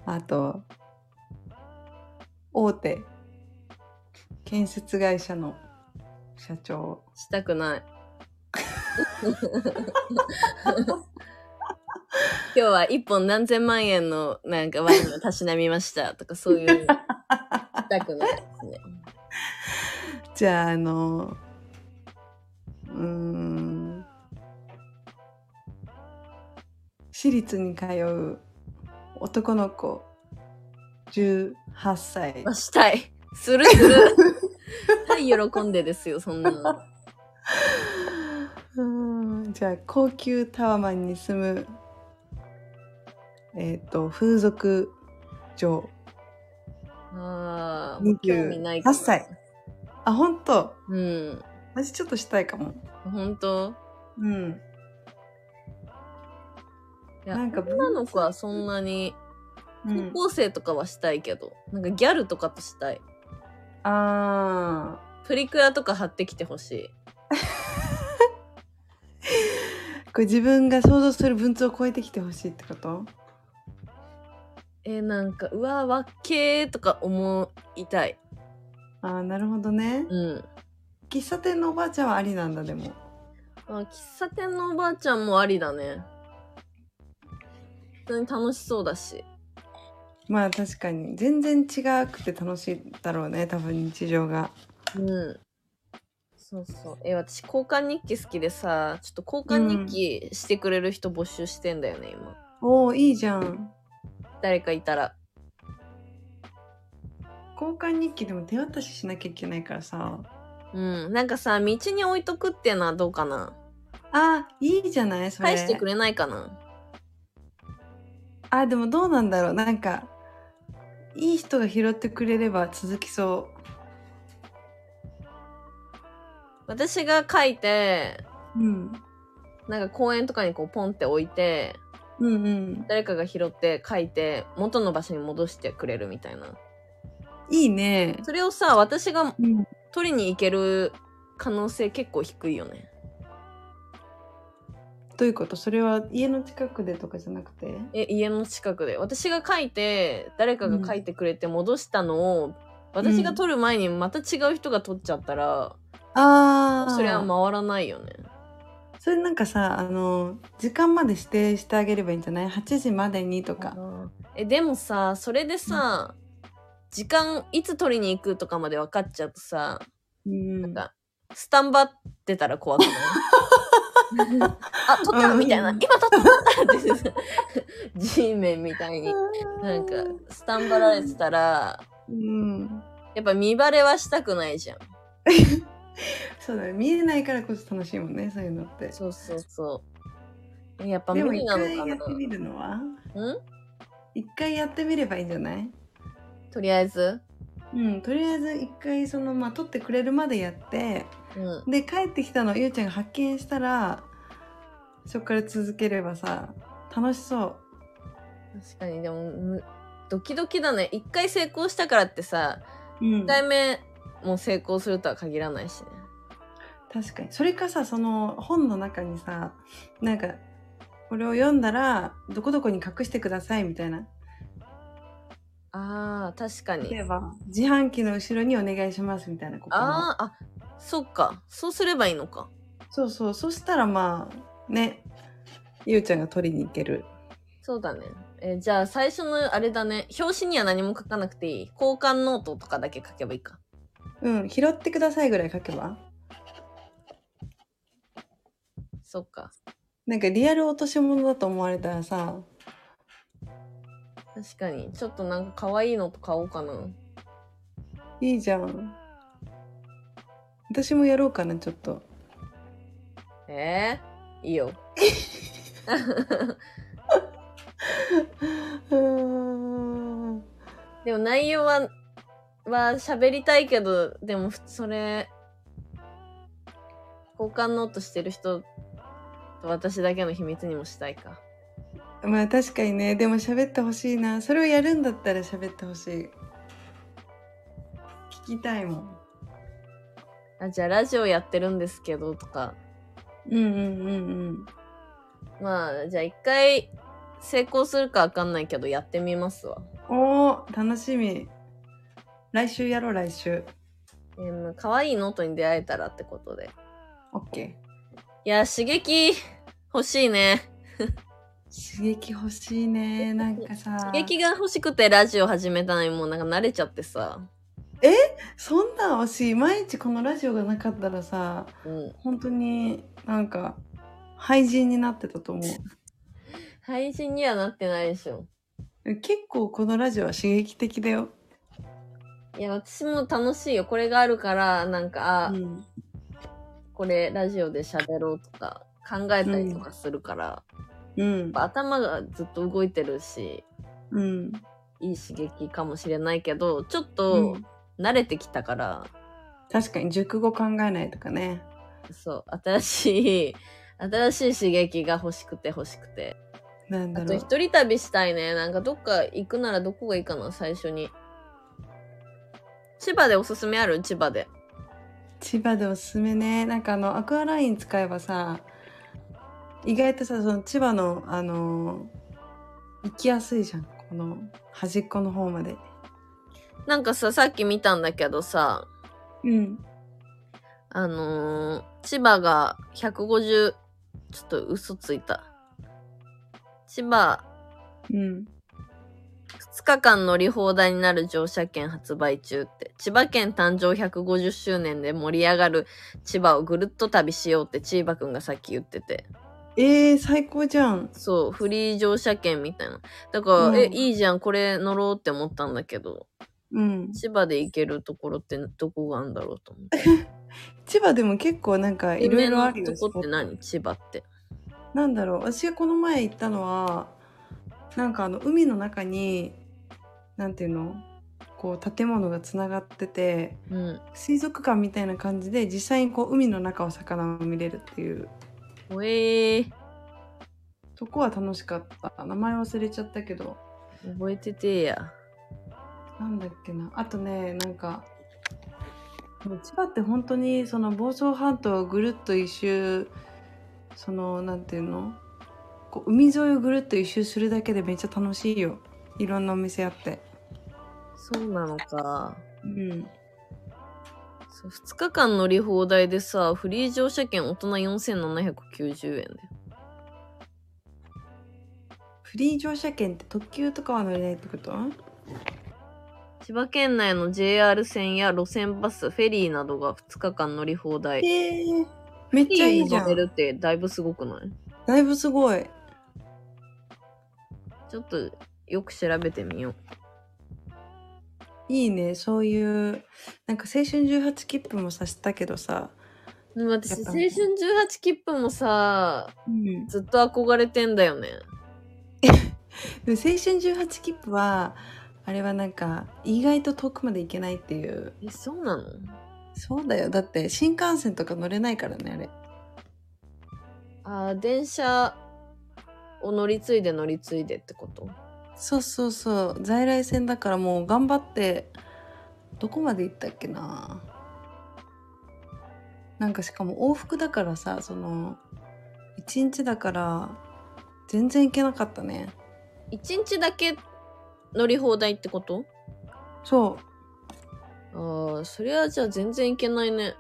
Speaker 1: あと大手建設会社の社長
Speaker 2: いしたくない 今日は一本何千万円のなんかワインをたしなみましたとかそういう したくないですね
Speaker 1: じゃああのうーん私立に通う男の子18歳
Speaker 2: まあしたいするす るはい喜んでですよそんなの
Speaker 1: うーんじゃあ高級タワマンに住むえっ、と風俗嬢
Speaker 2: ああ、もう興味ない
Speaker 1: 28歳あ本当
Speaker 2: うん。
Speaker 1: 私ちょっとしたいかも
Speaker 2: 本当
Speaker 1: うん
Speaker 2: いや
Speaker 1: なんか
Speaker 2: 女の子はそんなに、
Speaker 1: うん
Speaker 2: 高校生とかはしたいけど、なんかギャルとかとしたい。
Speaker 1: あ
Speaker 2: プリクラとか貼ってきてほしい。
Speaker 1: ーこれ自分が想像する文通を超えてきてほしいってこと
Speaker 2: えーなんか、うわ、わっけーとか思いたい。
Speaker 1: あーなるほどね、
Speaker 2: うん。
Speaker 1: 喫茶店のおばあちゃんはありなんだでも
Speaker 2: あ喫茶店のおばあちゃんもありだね。普通に楽しそうだし。
Speaker 1: まあ確かに全然違くて楽しいだろうね多分日常が
Speaker 2: うん。そうそう。えー私、交換日記好きでさ、ちょっと交換日記してくれる人募集してんだよね、今。
Speaker 1: おおいいじゃん
Speaker 2: 誰かいたら。
Speaker 1: 交換日記でも手渡ししなきゃいけないからさ
Speaker 2: うん、なんかさ道に置いとくっていうのはどうかな
Speaker 1: あいいじゃないそれ
Speaker 2: 返してくれないかな
Speaker 1: あでもどうなんだろうなんかいい人が拾ってくれれば続きそ
Speaker 2: 私が書いて
Speaker 1: う、うん、
Speaker 2: なんか公園とかにこうポンって置いて
Speaker 1: うんうん
Speaker 2: 誰かが拾って書いて元の場所に戻してくれるみたいない
Speaker 1: いね
Speaker 2: それをさ私が
Speaker 1: うん
Speaker 2: 取りに行ける可能性結構低いよね
Speaker 1: どういうことそれは家の近くでとかじゃなくて
Speaker 2: え家の近くで私が書いて誰かが書いてくれて戻したのを、私が取る前にまた違う人が取っちゃったら、
Speaker 1: あ
Speaker 2: それは回らないよね
Speaker 1: それなんかさあの時間まで指定してあげればいいんじゃない ?8 時までにとか。
Speaker 2: えでもさそれでさ、時間いつ取りに行くとかまで分かっちゃうとさ
Speaker 1: うん
Speaker 2: なんかスタンバってたら怖くない あ取った
Speaker 1: うん
Speaker 2: みたいな、今取った取ったって G メンみたいになんかスタンバられてたら
Speaker 1: うん、
Speaker 2: やっぱ見バレはしたくないじゃん
Speaker 1: そうだね見えないからこそ楽しいもんねそういうのって。
Speaker 2: そうそうそうえやっぱ
Speaker 1: で
Speaker 2: 無
Speaker 1: も
Speaker 2: 理
Speaker 1: 一
Speaker 2: な
Speaker 1: 回
Speaker 2: の
Speaker 1: や
Speaker 2: か
Speaker 1: っ
Speaker 2: な
Speaker 1: てみるのは
Speaker 2: うん
Speaker 1: 一回やってみればいいんじゃない
Speaker 2: とりあえず
Speaker 1: うん、とりあえず一回そのまあ撮ってくれるまでやって
Speaker 2: うん
Speaker 1: で帰ってきたのをゆうちゃんが発見したらそこから続ければさ楽しそう
Speaker 2: 確かにでもむドキドキだね一回成功したからってさ
Speaker 1: うん
Speaker 2: 1回目も成功するとは限らないしね
Speaker 1: 確かにそれかさその本の中にさなんかこれを読んだらどこどこに隠してくださいみたいな
Speaker 2: あー確か
Speaker 1: 例
Speaker 2: に
Speaker 1: えば自販機の後ろにお願いしますみたいなここの
Speaker 2: あーあそっかそうすればいいのか
Speaker 1: そうそうそしたらまあねゆうちゃんが取りに行ける
Speaker 2: そうだねえーじゃあ最初のあれだね表紙には何も書かなくていい交換ノートとかだけ書けばいいか
Speaker 1: うん、拾ってくださいぐらい書けば
Speaker 2: そっか。
Speaker 1: なんかリアル落とし物だと思われたらさ、
Speaker 2: 確かに。ちょっとなんか可愛いのと買おうかな。
Speaker 1: いいじゃん。私もやろうかな、ちょっと。
Speaker 2: えー、いいよ。
Speaker 1: うーん。
Speaker 2: でも内容は、は喋りたいけど、でもふそれ、交換ノートしてる人と私だけの秘密にもしたいか。
Speaker 1: まあ確かにね、でも喋ってほしいな。それをやるんだったら喋ってほしい。聞きたいもん。
Speaker 2: あ、じゃあラジオやってるんですけどとか。
Speaker 1: うんうんうん
Speaker 2: まあ、じゃあ一回成功するかわかんないけどやってみますわ。
Speaker 1: うん。おー、楽しみ。来週やろう、来週。
Speaker 2: えーまあ可愛いノートに出会えたらってことで。
Speaker 1: オッケ
Speaker 2: いや、刺激欲しいね。
Speaker 1: ー。刺激欲しいね。なんかさ。
Speaker 2: 刺激が欲しくてラジオ始めたのにもうなんか慣れちゃってさ。
Speaker 1: そんなん欲しい。毎日このラジオがなかったらさ、
Speaker 2: うん。
Speaker 1: 本当になんか廃人になってたと思
Speaker 2: 配信にはなってないでしょ。
Speaker 1: う。結構このラジオは刺激的だよ。
Speaker 2: いや、私も楽しいよ。これがあるから、なんか、あ、
Speaker 1: うん
Speaker 2: これラジオで喋ろうとか、考えたりとかするから、や
Speaker 1: うん
Speaker 2: っぱ頭がずっと動いてるし、
Speaker 1: うん
Speaker 2: いい刺激かもしれないけど、ちょっ
Speaker 1: う
Speaker 2: と
Speaker 1: ん
Speaker 2: 慣れてきたから、
Speaker 1: 確かに熟語考えないとかね。
Speaker 2: そう、新しい、 新しい刺激が欲しくて欲しくて。
Speaker 1: なんだ
Speaker 2: あと
Speaker 1: ろう
Speaker 2: 一。人旅したいね。なんかどっか行くならどこがいいかな、最初に。千葉でおすすめある千葉で。
Speaker 1: 千葉でおすすめね。なんかあのアクアライン使えばさ、意外とさ、その千葉のあのー行きやすいじゃん。この端っこの方まで。
Speaker 2: なんかさ、さっき見たんだけどさ、
Speaker 1: うん。
Speaker 2: あのー千葉が150、ちょっと嘘ついた。千葉、
Speaker 1: うん。
Speaker 2: 2日間乗り放題になる乗車券発売中って、千葉県誕生150周年で盛り上がる千葉をぐるっと旅しようって千葉くんがさっき言ってて。
Speaker 1: えー、最高じゃん。
Speaker 2: そう、フリー乗車券みたいな。だから、
Speaker 1: うん
Speaker 2: え、いいじゃん、これ乗ろうって思ったんだけど、
Speaker 1: うん。
Speaker 2: 千葉で行けるところってどこがあるんだろうと思って。
Speaker 1: 千葉でも結構なんか いろいろある
Speaker 2: 有名
Speaker 1: よ
Speaker 2: なとこって何千葉って。
Speaker 1: なんだろう私がこの前行ったのはなんかあの海の中になんていうのこう建物がつながってて
Speaker 2: うん。
Speaker 1: 水族館みたいな感じで実際にこう海の中を魚を見れるっていう
Speaker 2: ほえー、
Speaker 1: とこは楽しかった名前忘れちゃったけど
Speaker 2: 覚えててや。
Speaker 1: なんだっけなあとねなんかもう千葉って本当にその房総半島をぐるっと一周そのなんていうのこう海沿いをぐるっと一周するだけでめっちゃ楽しいよいろんなお店あって
Speaker 2: そうなのか。
Speaker 1: うん
Speaker 2: そう2日間乗り放題でさ、フリー乗車券大人4790円で。
Speaker 1: フリー乗車券って特急とかは乗れないってこと
Speaker 2: 千葉県内の JR 線や路線バス、フェリーなどが2日間乗り放題。フ
Speaker 1: えー、めっ
Speaker 2: ェリ
Speaker 1: ちゃい
Speaker 2: ー
Speaker 1: い
Speaker 2: に
Speaker 1: じゃ
Speaker 2: 乗れ
Speaker 1: ん
Speaker 2: るってだいぶすごくない
Speaker 1: だいぶすごい
Speaker 2: ちょっとよく調べてみよう。
Speaker 1: いいねそういうなんか青春18切符もさしたけどさ、
Speaker 2: でも私
Speaker 1: やっ
Speaker 2: 青
Speaker 1: ぱ
Speaker 2: 春18切符もさ
Speaker 1: うん、
Speaker 2: ずっと憧れてんだよね
Speaker 1: でも青春18切符はあれはなんか意外と遠くまで行けないっていう
Speaker 2: えそうなの
Speaker 1: そうだよだって新幹線とか乗れないからねあれ
Speaker 2: あー電車を乗り継いで乗り継いでってこと
Speaker 1: そうそうそう在来線だからもう頑張ってどこまで行ったっけななんかしかも往復だからさその1日だから全然行けなかったね
Speaker 2: 一日だけ乗り放題ってこと
Speaker 1: そう
Speaker 2: あーそれはじゃあ全然いけないね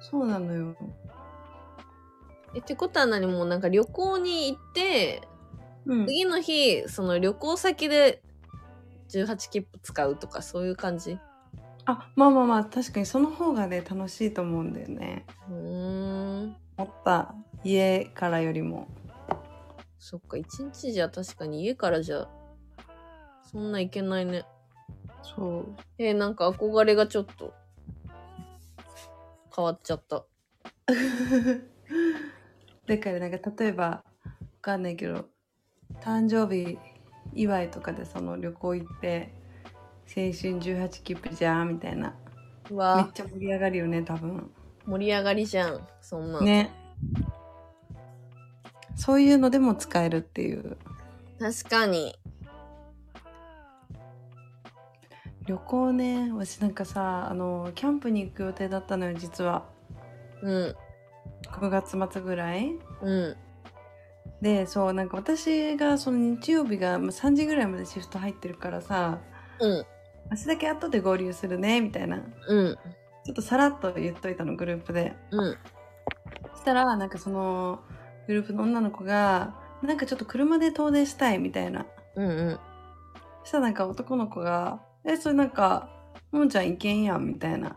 Speaker 1: そうなのよ
Speaker 2: えってことは何もうなんか旅行に行って
Speaker 1: うん
Speaker 2: 次の日その旅行先で18切符使うとかそういう感じ
Speaker 1: あまあまあまあ確かにその方がね楽しいと思うんだよね
Speaker 2: うーん
Speaker 1: やっぱ家からよりも
Speaker 2: そっか一日じゃ確かに家からじゃそんないけないね
Speaker 1: そう
Speaker 2: えー、なんか憧れがちょっと変わっちゃった
Speaker 1: だからなんか例えばわかんないけど誕生日祝いとかでその旅行行って青春18切符じゃんみたいな
Speaker 2: う
Speaker 1: め
Speaker 2: わ
Speaker 1: っちゃ盛り上がるよね多分
Speaker 2: 盛り上がりじゃんそんなん、
Speaker 1: ねそういうのでも使えるっていう
Speaker 2: 確かに
Speaker 1: 旅行ね私なんかさあのキャンプに行く予定だったのよ実は
Speaker 2: うん
Speaker 1: 9月末ぐらい
Speaker 2: うん
Speaker 1: でそうなんか私がその日曜日がまあ3時ぐらいまでシフト入ってるからさ
Speaker 2: うん
Speaker 1: 明日だけ後で合流するねみたいな
Speaker 2: うん
Speaker 1: ちょっとさらっと言っといたのグループで
Speaker 2: うん
Speaker 1: そしたらなんかそのグループの女の子がなんかちょっと車で遠出したいみたいな
Speaker 2: うんうん
Speaker 1: そしたらなんか男の子が「えそれなんかもんちゃん行けんやん」みたいな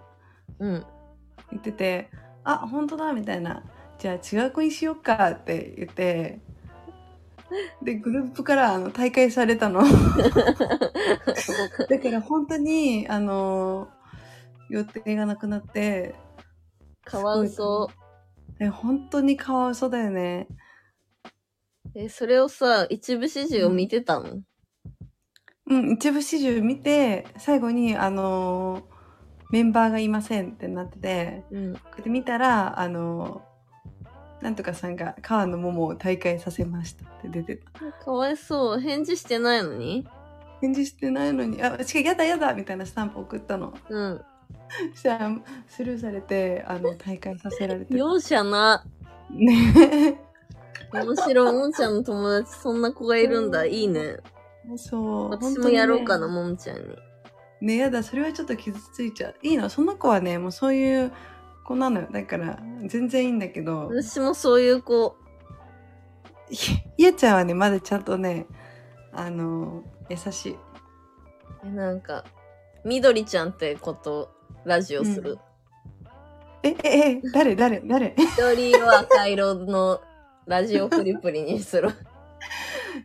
Speaker 2: うん
Speaker 1: 言ってて「あ本当だ」みたいな「じゃあ違う子にしよっか」って言ってでグループからあの退会されたのだから本当にあの予定がなくなって
Speaker 2: カワウソ
Speaker 1: え本当にカワウソだよね
Speaker 2: えそれをさ一部始終を見てたの、
Speaker 1: うん一部始終見て最後にあのメンバーがいませんってなってて
Speaker 2: うん、
Speaker 1: これで見たらあのなんとかさんが川野桃を退会させましたって出てた
Speaker 2: かわいそう返事してないのに
Speaker 1: 返事してないのに「あしかやだやだ」みたいなスタンプ送ったの
Speaker 2: うん
Speaker 1: そしたらスルーされてあの退会させられて
Speaker 2: 容赦な
Speaker 1: ね
Speaker 2: 面白いもんちゃんの友達そんな子がいるんだいいね
Speaker 1: そう本
Speaker 2: 私
Speaker 1: 当
Speaker 2: も
Speaker 1: に
Speaker 2: やろうかな、
Speaker 1: ね
Speaker 2: もんちゃんに
Speaker 1: ねやだそれはちょっと傷ついちゃういいのその子はねもうそういう子なのよだから全然いいんだけど
Speaker 2: 私もそういう子
Speaker 1: いやちゃんはねまだちゃんとねあの優しい
Speaker 2: えなんかみどりちゃんってことラジオする、
Speaker 1: えええ誰誰誰
Speaker 2: みどりを赤色のラジオプリプリにする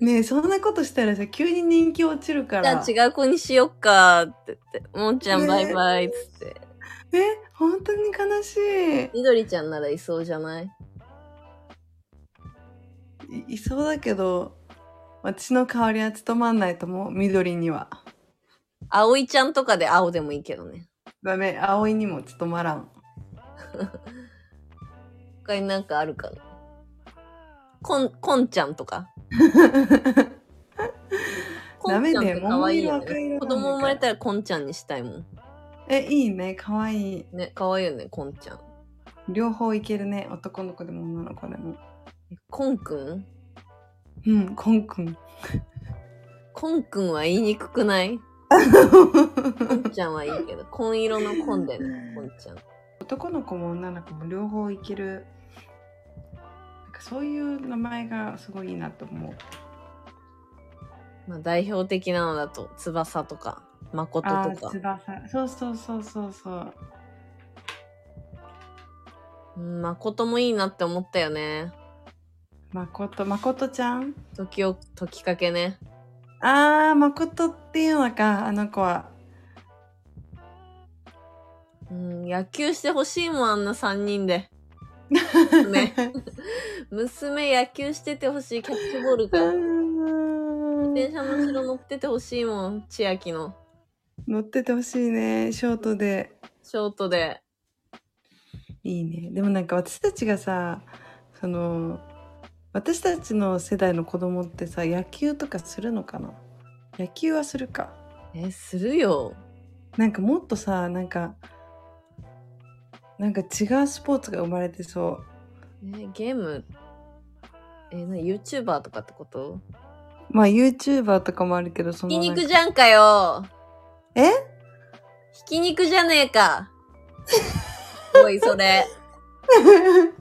Speaker 1: ねえそんなことしたらさ急に人気落ちるか
Speaker 2: じゃ
Speaker 1: ら
Speaker 2: あ違う子にしよっかって言ってもんちゃん
Speaker 1: ね
Speaker 2: バイバイっつって
Speaker 1: え本当に悲し
Speaker 2: みどりちゃんならいそうじゃない
Speaker 1: いいいそうだけど私の代わりは務まんないと思う緑には
Speaker 2: 葵ちゃんとかで青でもいいけどね
Speaker 1: ダメ葵にも務まらん
Speaker 2: 他になんかあるかなこん、こんちゃんとか。こ
Speaker 1: ダ
Speaker 2: ん
Speaker 1: メ
Speaker 2: ちゃんっ
Speaker 1: だよ
Speaker 2: て可愛いよ
Speaker 1: 桃色赤色なん
Speaker 2: ね。
Speaker 1: だから
Speaker 2: 子供生まれたらこんちゃんにしたいもん。
Speaker 1: えいいね可愛い
Speaker 2: ね、可愛いよね、こんちゃん。
Speaker 1: 両方いけるね男の子でも女の子でも
Speaker 2: えこんくん
Speaker 1: うんコンくん
Speaker 2: こんくんは言いにく くないこんちゃんはいいけど、紺色のこんだよね、こんちゃん。
Speaker 1: 男の子も女の子も両方いけるなんかそういう名前がすごいいいなと思う
Speaker 2: まあ、代表的なのだと、翼とか、誠
Speaker 1: あ
Speaker 2: と
Speaker 1: ー
Speaker 2: か。
Speaker 1: 翼そうそうそうそうそう
Speaker 2: うん、誠もいいなって思ったよね。
Speaker 1: 誠誠ちゃん
Speaker 2: 時を、時かけね。
Speaker 1: あー誠っていうのかあの子は
Speaker 2: うん、野球してほしいもん、あんな3人で。ね娘野球しててほしいキャッチボール
Speaker 1: う
Speaker 2: が
Speaker 1: ーん
Speaker 2: 電車の後ろ乗っててほしいもん千秋の
Speaker 1: 乗っててほしいねショートで
Speaker 2: ショートで
Speaker 1: いいねでもなんか私たちがさその私たちの世代の子供ってさ野球とかするのかな野球はするか
Speaker 2: えするよ
Speaker 1: なんかもっとさなんかなんか違うスポーツが生まれてそ
Speaker 2: えゲームえな YouTuber とかってこと
Speaker 1: うまあ YouTuber とかもあるけどその
Speaker 2: ひき
Speaker 1: なんか
Speaker 2: 肉じゃんかよ
Speaker 1: え
Speaker 2: ひき肉じゃねえかおいそれ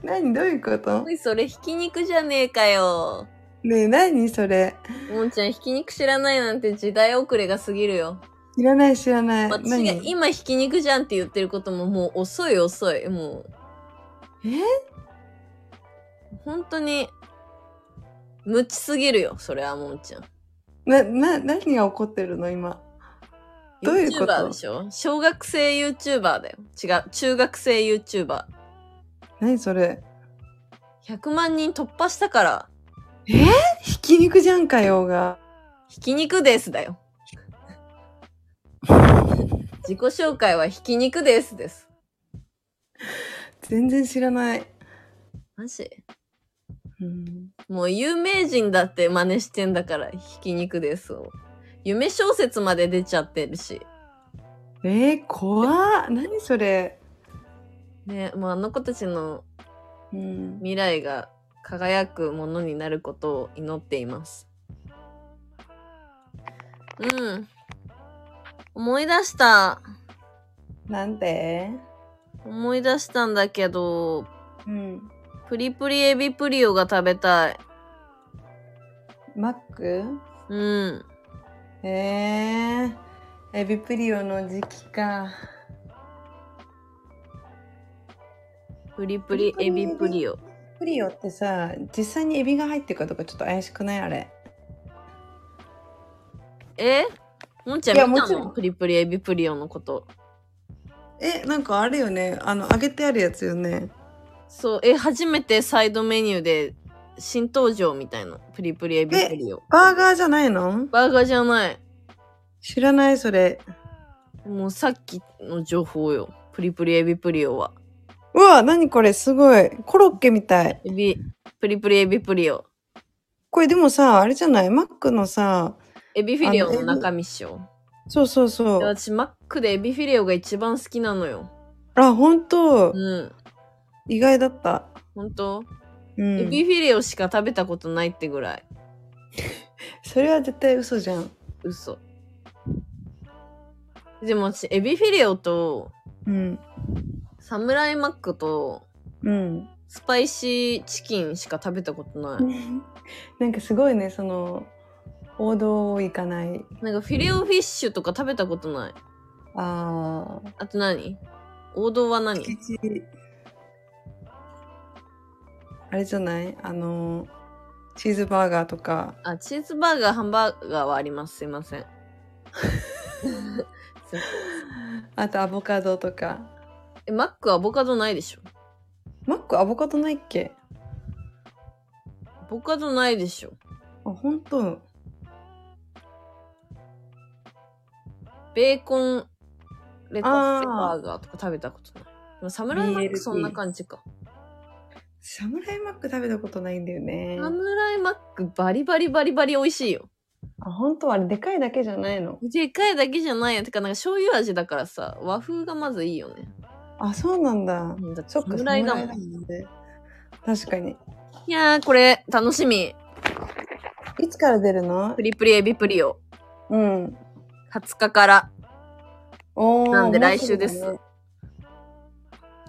Speaker 1: 何どういうこと
Speaker 2: おいそれひき肉じゃねえかよ
Speaker 1: ねえ何それ
Speaker 2: もんちゃんひき肉知らないなんて時代遅れが過ぎるよ
Speaker 1: 知らない知らない。
Speaker 2: 私
Speaker 1: 何
Speaker 2: が今ひき肉じゃんって言ってることももう遅い遅いもう
Speaker 1: え
Speaker 2: 本当に無知すぎるよそれはもんちゃん
Speaker 1: な、な、何が起こってるの今。どういうこと
Speaker 2: YouTuber でしょ小学生 YouTuber だよ違う中学生 YouTuber100
Speaker 1: 何それ。
Speaker 2: 万人突破したから
Speaker 1: ひき肉じゃんかよが。
Speaker 2: ひき肉です だよ自己紹介はひき肉ですです
Speaker 1: 全然知らない。
Speaker 2: マジ
Speaker 1: うん、
Speaker 2: もう有名人だって真似してんだから、ひき肉ですを。夢小説まで出ちゃってるし。
Speaker 1: えー、怖っ。何それ。
Speaker 2: ね、もうあの子たちの
Speaker 1: うん、
Speaker 2: 未来が輝くものになることを祈っています。うん。思い出した。
Speaker 1: なんで
Speaker 2: 思い出したんだけど、
Speaker 1: うん。
Speaker 2: プリプリエビプリオが食べたい。
Speaker 1: マック
Speaker 2: うん。
Speaker 1: えー、エビプリオの時期か。
Speaker 2: プリプリエビプリオ。
Speaker 1: プリオってさ、実際にエビが入ってるかとかちょっと怪しくないあれ。
Speaker 2: えもんちゃ
Speaker 1: いや
Speaker 2: ん見た
Speaker 1: もちろ
Speaker 2: の
Speaker 1: ん
Speaker 2: プリプリエビプリオのこと。
Speaker 1: え、なんかあれよね。あの、揚げてあるやつよね。
Speaker 2: そう、え、初めてサイドメニューで新登場みたいな。プリプリエビプリオ。
Speaker 1: バーガーじゃないの
Speaker 2: バーガーじゃない。
Speaker 1: 知らない、それ。
Speaker 2: もうさっきの情報よ。プリプリエビプリオは。
Speaker 1: うわ、何これ、すごい。コロッケみたい。
Speaker 2: エビ、プリプリエビプリオ。
Speaker 1: これでもさ、あれじゃないマックのさ、
Speaker 2: エビフィレオの中身っしょ。
Speaker 1: そうそうそ
Speaker 2: いや
Speaker 1: う。
Speaker 2: 私、マックでエビフィレオが一番好きなのよ。
Speaker 1: あ、本当、
Speaker 2: うん。
Speaker 1: 意外だった。
Speaker 2: 本当、
Speaker 1: う
Speaker 2: エ
Speaker 1: ん
Speaker 2: ビ。フィレオしか食べたことないってぐらい。
Speaker 1: それは絶対嘘じゃん。
Speaker 2: 嘘。でも私、エビフィレオと、
Speaker 1: うん。
Speaker 2: サムライマックと、
Speaker 1: うん。
Speaker 2: スパイシーチキンしか食べたことない。
Speaker 1: なんかすごいね、その、王道を行かない。
Speaker 2: なんかフィレオフィッシュとか食べたことない。
Speaker 1: あー。
Speaker 2: あと何王道は何
Speaker 1: 築地あれじゃないあの、チーズバーガーとか。
Speaker 2: あ、チーズバーガー、ハンバーガーはあります。すい ません。
Speaker 1: あとアボカドとか。
Speaker 2: え、マックアボカドないでしょ
Speaker 1: マックアボカドないっけ
Speaker 2: アボカドないでしょ
Speaker 1: あ、本当
Speaker 2: ベーコン、レタス
Speaker 1: あー
Speaker 2: バーガーとか食べたことない。でもサムライマック
Speaker 1: BLT
Speaker 2: そんな感じか。
Speaker 1: サムライマック食べたことないんだよね。
Speaker 2: サムライマックバリバリバリバリ美味しいよ。
Speaker 1: あ、本当あれでかいだけじゃないの。
Speaker 2: でかいだけじゃないよ。てか、なんか醤油味だからさ、和風がまずいいよね。
Speaker 1: あ、そうなんだ。
Speaker 2: うんだって
Speaker 1: そっ
Speaker 2: サ
Speaker 1: か、
Speaker 2: ムライだもん。
Speaker 1: んね。確かに。
Speaker 2: いやー、これ、楽しみ。
Speaker 1: いつから出るの
Speaker 2: プリプリエビプリオ。
Speaker 1: うん。
Speaker 2: 20日から、
Speaker 1: おー
Speaker 2: なんで
Speaker 1: もう
Speaker 2: 来
Speaker 1: す
Speaker 2: 週
Speaker 1: ぐだ
Speaker 2: で
Speaker 1: ね
Speaker 2: す。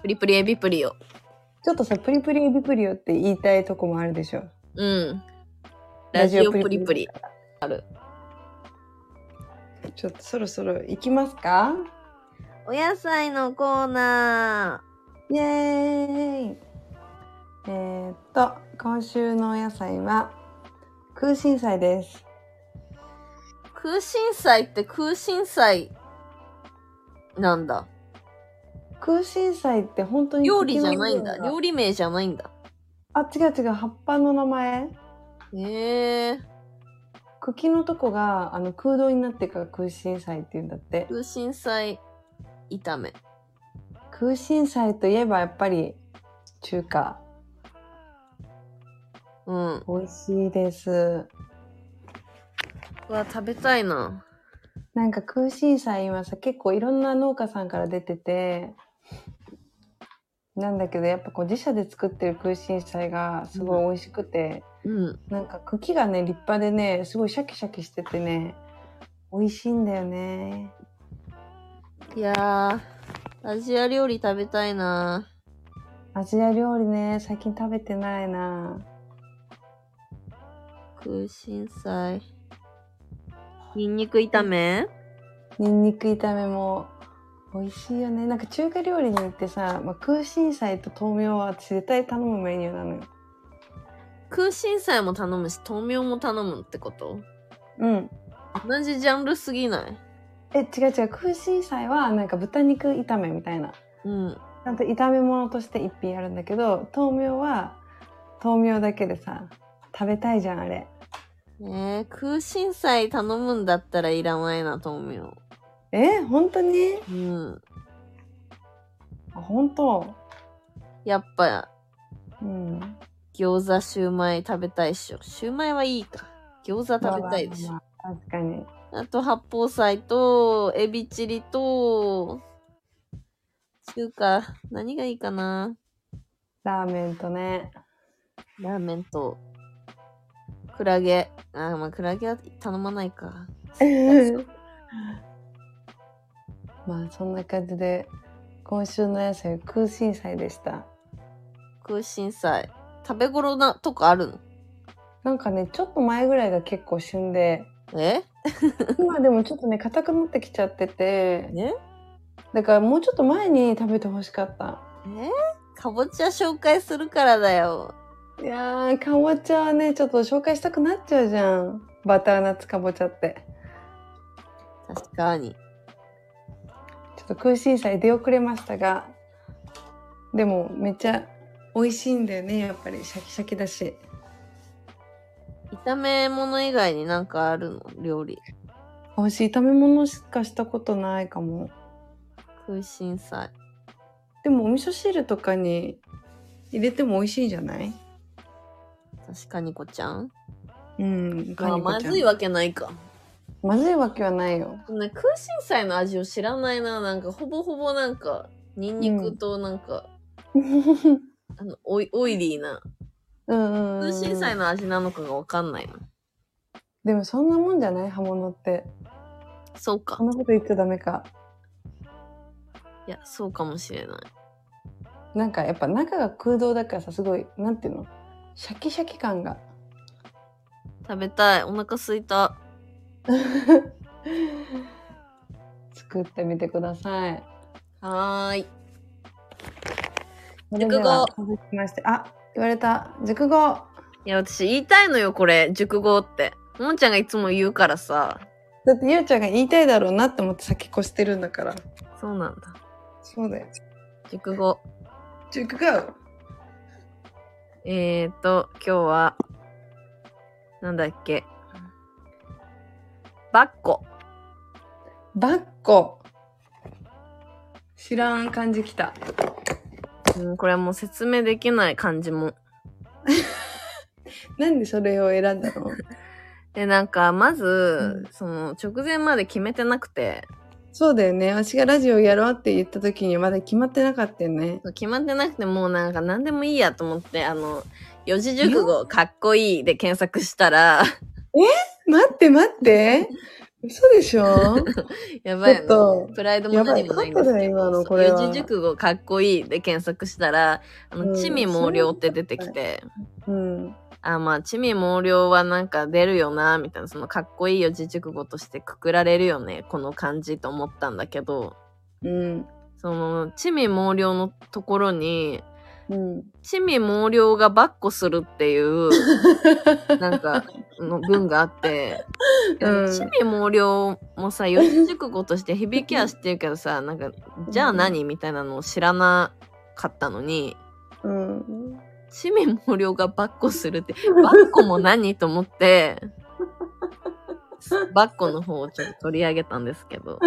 Speaker 2: プリプリエビプリオ。
Speaker 1: ちょっとさ、プリプリエビプリオって言いたいとこもあるでしょ。
Speaker 2: うん。ラジオプリプリ。
Speaker 1: ちょっとそろそろ行きますか
Speaker 2: お野菜のコーナ
Speaker 1: イエーイえー、っと、今週のお野菜は、空心菜です。
Speaker 2: ー。空心菜って空心菜なんだ。
Speaker 1: 空心菜って本当に
Speaker 2: 料理じゃない
Speaker 1: 茎の
Speaker 2: んだ。
Speaker 1: 部
Speaker 2: 料
Speaker 1: 分
Speaker 2: 理名じゃないんだ。
Speaker 1: があ、違う違う、葉っぱの名前
Speaker 2: へえー。
Speaker 1: 茎のとこがあの空洞になってるから空心菜っていうんだって。
Speaker 2: 空心菜炒め。
Speaker 1: 空心菜といえばやっぱり中華
Speaker 2: うん。
Speaker 1: 美味しいです
Speaker 2: うわ、食べたいな。
Speaker 1: なんか空心菜今さ結構いろんな農家さんから出ててなんだけどやっぱこう自社で作ってる空心菜がすごい美味しくて、
Speaker 2: うん。
Speaker 1: なんか茎がね立派でねすごいシャキシャキしててね美味しいんだよね
Speaker 2: いやー、アジア料理食べたいな。
Speaker 1: アジア料理ね最近食べてないな
Speaker 2: 空心菜。ニンニク炒め
Speaker 1: ニンニク炒めも美味しいよねなんか中華料理に行ってさ、まあ、空心菜と豆苗は私絶対頼むメニューなのよ
Speaker 2: 空心菜も頼むし豆苗も頼むってこと
Speaker 1: うん
Speaker 2: 同じジャンルすぎない
Speaker 1: え違う違う空心菜はなんか豚肉炒めみたいな
Speaker 2: うん
Speaker 1: ちゃんと炒め物として一品あるんだけど豆苗は豆苗だけでさ食べたいじゃんあれ
Speaker 2: ねえ空心菜頼むんだったらいらないな豆苗
Speaker 1: え本当に
Speaker 2: うん
Speaker 1: あ本当
Speaker 2: やっぱ
Speaker 1: うん
Speaker 2: 餃子シューマイ食べたいっしょシューマイはいいか餃子食べたいでしょ
Speaker 1: まあまあまあ確かに
Speaker 2: あと八宝菜とエビチリと中華何がいいかな
Speaker 1: ラーメンとね
Speaker 2: ラーメンとクラゲあまあクラゲは頼まな いか
Speaker 1: まあそんな感じで今週の野菜は空心菜でした
Speaker 2: 空心菜食べ頃なとこあるの
Speaker 1: なんかねちょっと前ぐらいが結構旬で
Speaker 2: え
Speaker 1: 今でもちょっとね硬くなってきちゃってて
Speaker 2: ね
Speaker 1: だからもうちょっと前に食べてほしかった
Speaker 2: えかぼちゃ紹介するからだよ
Speaker 1: いやーかぼちゃはねちょっと紹介したくなっちゃうじゃんバターナッツかぼちゃって
Speaker 2: 確かに
Speaker 1: ちょっと空心菜出遅れましたがでもめっちゃ美味しいんだよねやっぱりシャキシャキだし
Speaker 2: 炒め物以外になんかあるの料理
Speaker 1: 私炒め物しかしたことないかも
Speaker 2: 空心菜
Speaker 1: でもお味噌汁とかに入れても美味しいんじゃない
Speaker 2: 確かにこちゃん
Speaker 1: うん
Speaker 2: まあまずい
Speaker 1: わ
Speaker 2: わけないか
Speaker 1: まずいわけはないよ
Speaker 2: ね空心菜の味を知らないななんかほぼほぼなんかニンニクとなんか、
Speaker 1: うん
Speaker 2: あのオイオイリーな
Speaker 1: うんうん
Speaker 2: 空心菜の味なのかがわかんないの
Speaker 1: でもそんなもんじゃない刃物って
Speaker 2: そうか
Speaker 1: そんなこと言っちゃダメか
Speaker 2: いやそうかもしれない
Speaker 1: なんかやっぱ中が空洞だからさすごいなんていうのシャキシャキ感が
Speaker 2: 食べたいお腹すいた
Speaker 1: 作ってみてください
Speaker 2: はーい
Speaker 1: それで
Speaker 2: 熟
Speaker 1: は
Speaker 2: 語
Speaker 1: 続きましてあ言われた熟語
Speaker 2: いや私言いたいのよこれ熟語ってもんちゃんがいつも言うからさ
Speaker 1: だってゆうちゃんが言いたいだろうなって思って先越してるんだから
Speaker 2: そうなんだ
Speaker 1: そうだよ
Speaker 2: 熟語
Speaker 1: 熟語
Speaker 2: えーと今日はなんだっけバッコ
Speaker 1: バッコ知らん感じきた
Speaker 2: うん、これはもう説明できない感じも。
Speaker 1: なんでそれを選んだの
Speaker 2: で、なんか、まず、
Speaker 1: う
Speaker 2: その、直前まで決めてなくて、
Speaker 1: そうだよね私がラジオやろうって言った時にまだ決まってなかったよね
Speaker 2: 決まってなくて、もうなんか何でもいいやと思って、あの、四字熟語かっこいいで検索したら、
Speaker 1: 待って待って嘘でしょ
Speaker 2: やばい
Speaker 1: ちょ
Speaker 2: よ
Speaker 1: っと
Speaker 2: ね。プライドも何もない
Speaker 1: やばい
Speaker 2: んです
Speaker 1: カットだ
Speaker 2: け
Speaker 1: よ今の
Speaker 2: ど、
Speaker 1: こ
Speaker 2: そう
Speaker 1: れは
Speaker 2: 四字熟語かっこいいで検索したら、あ
Speaker 1: う
Speaker 2: の、
Speaker 1: ん
Speaker 2: 地味猛量って出てきて、
Speaker 1: うん
Speaker 2: あ、まあ、地味猛量はなんか出るよな、みたいな、そのかっこいい四字熟語としてくくられるよね、この感じと思ったんだけど、
Speaker 1: うん
Speaker 2: その、地味猛量のところに、
Speaker 1: うん
Speaker 2: 地味猛量がバッコするっ ていう、なんか、の文があって、
Speaker 1: うん
Speaker 2: 地味猛量もさ、四字熟語として響きは知ってるけどさ、なんか、じゃあ何みたいなのを知らなかったのに、
Speaker 1: うん
Speaker 2: 地味猛量がバッコするって、バッコも何と思って、バッコの方をちょっと取り上げたんですけど、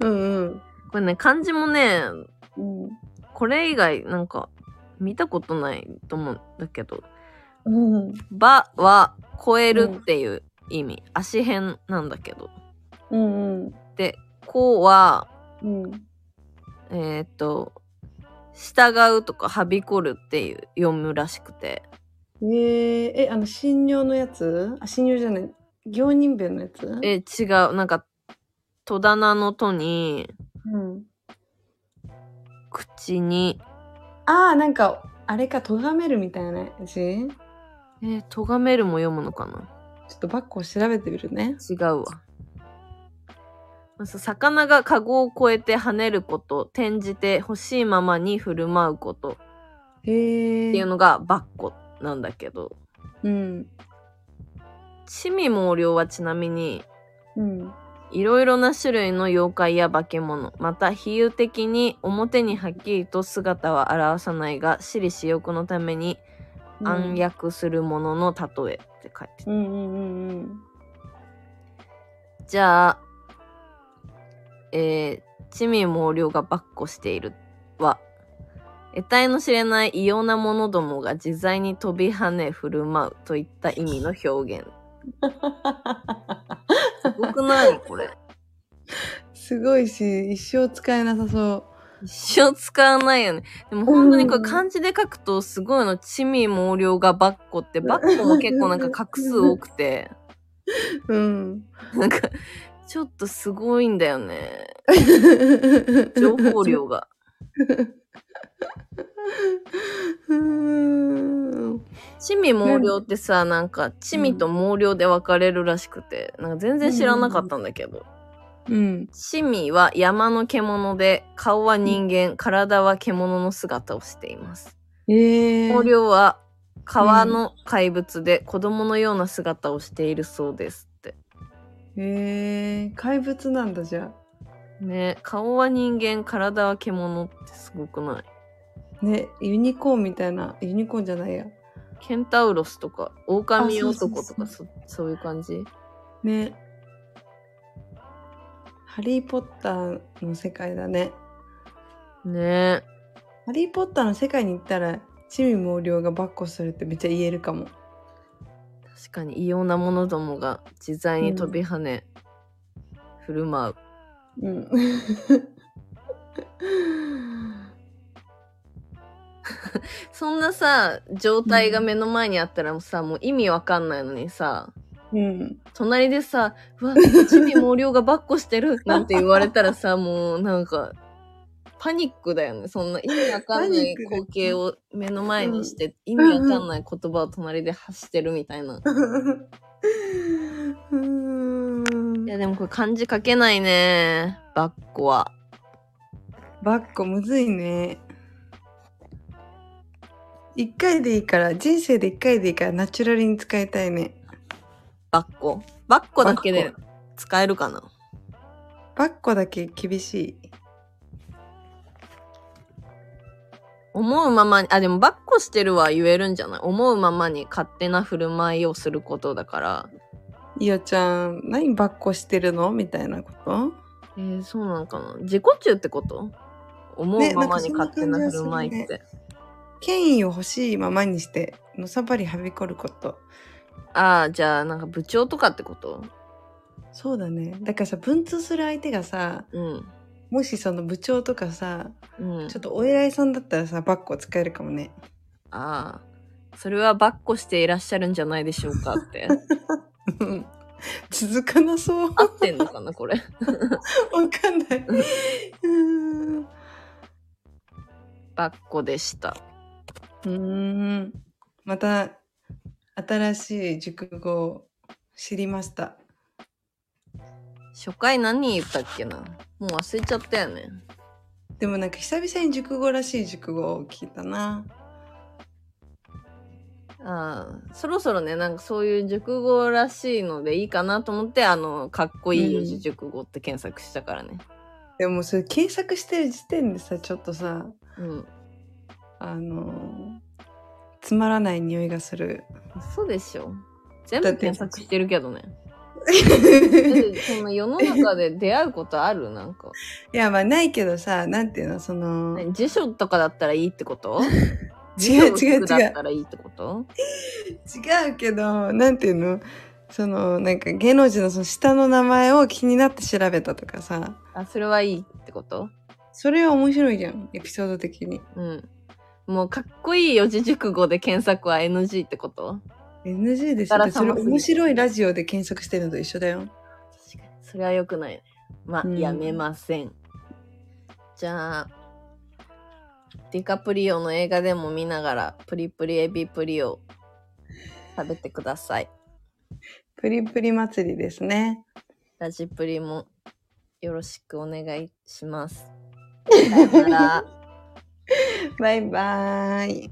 Speaker 1: うん
Speaker 2: これね、漢字もね、
Speaker 1: うん
Speaker 2: これ以外なんか見たことないと思うんだけど
Speaker 1: うん
Speaker 2: 「ば」は超えるっていう意味、足辺なんだけど
Speaker 1: うん
Speaker 2: で「こ」は
Speaker 1: うん
Speaker 2: えーっと従うとかはびこるっていう読むらしくて
Speaker 1: えー、えあの信尿のやつあ信尿じゃない行人弁のやつ
Speaker 2: え違うなんか戸棚の「戸」に
Speaker 1: うん、
Speaker 2: 口に
Speaker 1: ああなんかあれかとがめるみたいな字ちょ
Speaker 2: えー、咎めるも読むのかな
Speaker 1: っとバッグを調べてみるね
Speaker 2: 違うわそう魚がカゴを越えて跳ねること転じて欲しいままに振る舞うことっ
Speaker 1: へえ。
Speaker 2: ていうのがバッコなんだけど
Speaker 1: うん。
Speaker 2: 魑魅魍魎はちなみに
Speaker 1: うん。
Speaker 2: いろいろな種類の妖怪や化け物また比喩的に表にはっきりと姿は表さないが私利私欲のために暗躍するものの例えって書いてた、
Speaker 1: うんうんうんうん。
Speaker 2: じゃあえー、地味魍魎がばっこしているは得体の知れない異様な者どもが自在に飛び跳ね振る舞うといった意味の表現すごくないこれ
Speaker 1: すごいし、一生使えなさそ
Speaker 2: 一生使わないよね。でも本当にこ
Speaker 1: うん
Speaker 2: れ漢字で書くとすごいの、地味毛量がバッコって、バッコも結構なんか画数多く て、
Speaker 1: う。うん。
Speaker 2: なんかちょっとすごいんだよね。情報。量 が。
Speaker 1: うーん。
Speaker 2: 地味毛量ってさ、なんか地味と毛量で分かれるらしくて、なんか全然知らなかったんだけど。
Speaker 1: うん。
Speaker 2: 地味は山の獣で、顔は人間、体は獣の姿をしています。
Speaker 1: ええ
Speaker 2: 毛量は川の怪物で子供のような姿をしているそうですって。
Speaker 1: ええ怪物なんだじゃ
Speaker 2: ね顔は人間体は獣ってすごくない
Speaker 1: あ。ね、ユニコーンみたいな、ユニコーンじゃないや。
Speaker 2: ケンタウロスとか狼男と
Speaker 1: あ
Speaker 2: か
Speaker 1: そ
Speaker 2: そそういう感じ
Speaker 1: ね。ハリー・ポッターの世界だね。
Speaker 2: ね
Speaker 1: ハリー・ポッターの世界に行ったら、チミ毛量がばっこするってめっちゃ言えるかも。
Speaker 2: 確かに異様な者どもが自在に飛び跳ね、振る舞う
Speaker 1: うん。
Speaker 2: そんなさ状態が目の前にあったらもうさ、もう意味わかんないのにさ
Speaker 1: うん。
Speaker 2: 隣でさ「うわ地味毛量がばっこし てる」なんて言われたらさもうなんかパニックだよねそんな意味わかん
Speaker 1: パ
Speaker 2: な
Speaker 1: ニ
Speaker 2: い
Speaker 1: ックだ
Speaker 2: 光景を目の前にして、意味わかんない言葉を隣で発してるみたいな。
Speaker 1: う
Speaker 2: い
Speaker 1: ん。
Speaker 2: やでもこれ漢字書けないねばっこは。
Speaker 1: ばっこむずいね。一回でいいから、人生で一回でいいから、ナチュラルに使いたいね。
Speaker 2: ばっこ。ばっこだけ
Speaker 1: ばっ
Speaker 2: で使えるかな
Speaker 1: ばっこだけ厳しい。
Speaker 2: 思うままに、あ、でもばっこしてるは言えるんじゃない思うままに勝手な振る舞いをすることだから。
Speaker 1: いやちゃん、何ばっこしてるのみたいなこと
Speaker 2: えー、そうなんかな自己中ってこと思
Speaker 1: ね
Speaker 2: うままに
Speaker 1: なんか
Speaker 2: 勝
Speaker 1: そ
Speaker 2: 手
Speaker 1: んな
Speaker 2: な
Speaker 1: 感じ
Speaker 2: 振
Speaker 1: は
Speaker 2: る舞いって、
Speaker 1: 権威を欲しいままにして、のさばりはびこること。
Speaker 2: ああじゃあなんか部長とかってこと
Speaker 1: そうだね。だからさ、文通する相手がさ、
Speaker 2: うん
Speaker 1: もしその部長とかさ、
Speaker 2: うん
Speaker 1: ちょっとお偉いさんだったらさ、バッコ使えるかもね。
Speaker 2: ああそれはばっこしていらっしゃるんじゃないでしょうかって
Speaker 1: うん続かなそう。
Speaker 2: 合ってんのかなこれ
Speaker 1: わかんない。うーん。う
Speaker 2: ばっこでした
Speaker 1: ーん。また、新しい熟語を知りました。
Speaker 2: 初回何言ったっけなもう忘れちゃったよね
Speaker 1: でもなんか久々に熟語らしい熟語を聞いたな。
Speaker 2: ああそろそろねなんかそういう熟語らしいのでいいかなと思ってあのかっこいい四字熟語って検索したからね
Speaker 1: でもそれ検索してる時点でさ、ちょっとさ、
Speaker 2: うん
Speaker 1: あのーつまらない匂いがする。
Speaker 2: そうでしょ全
Speaker 1: だ
Speaker 2: 部
Speaker 1: って
Speaker 2: 検索してるけどね えその世の中で出会うことあるなんか。
Speaker 1: いや、まあないけどさ、なんていうの、その、
Speaker 2: 何 辞書とかだったらいいってこと辞
Speaker 1: 違
Speaker 2: 書
Speaker 1: う
Speaker 2: の
Speaker 1: 違う違
Speaker 2: 服だっ
Speaker 1: う。
Speaker 2: たらいいってこと
Speaker 1: 違うけど、なんていうの、その、なんか芸能人のその下の名前を気になって調べたとかさ、
Speaker 2: あ、それはいいってこと
Speaker 1: それは面白いじゃん、エピソード的に。
Speaker 2: うん。もうかっこいい四字熟語で検索は NG ってこと
Speaker 1: NG でし
Speaker 2: あ
Speaker 1: ょ
Speaker 2: ら
Speaker 1: それ
Speaker 2: 様すぎて
Speaker 1: 面白いラジオで検索してるのと一緒だよ。
Speaker 2: 確かに。それは良くないね。まあ、
Speaker 1: うん
Speaker 2: やめません。じゃあ、ディカプリオの映画でも見ながら、プリプリエビプリオ食べてください。
Speaker 1: プリプリ祭りですね。
Speaker 2: ラジプリもよろしくお願いします。さよなら
Speaker 1: バイバーイ。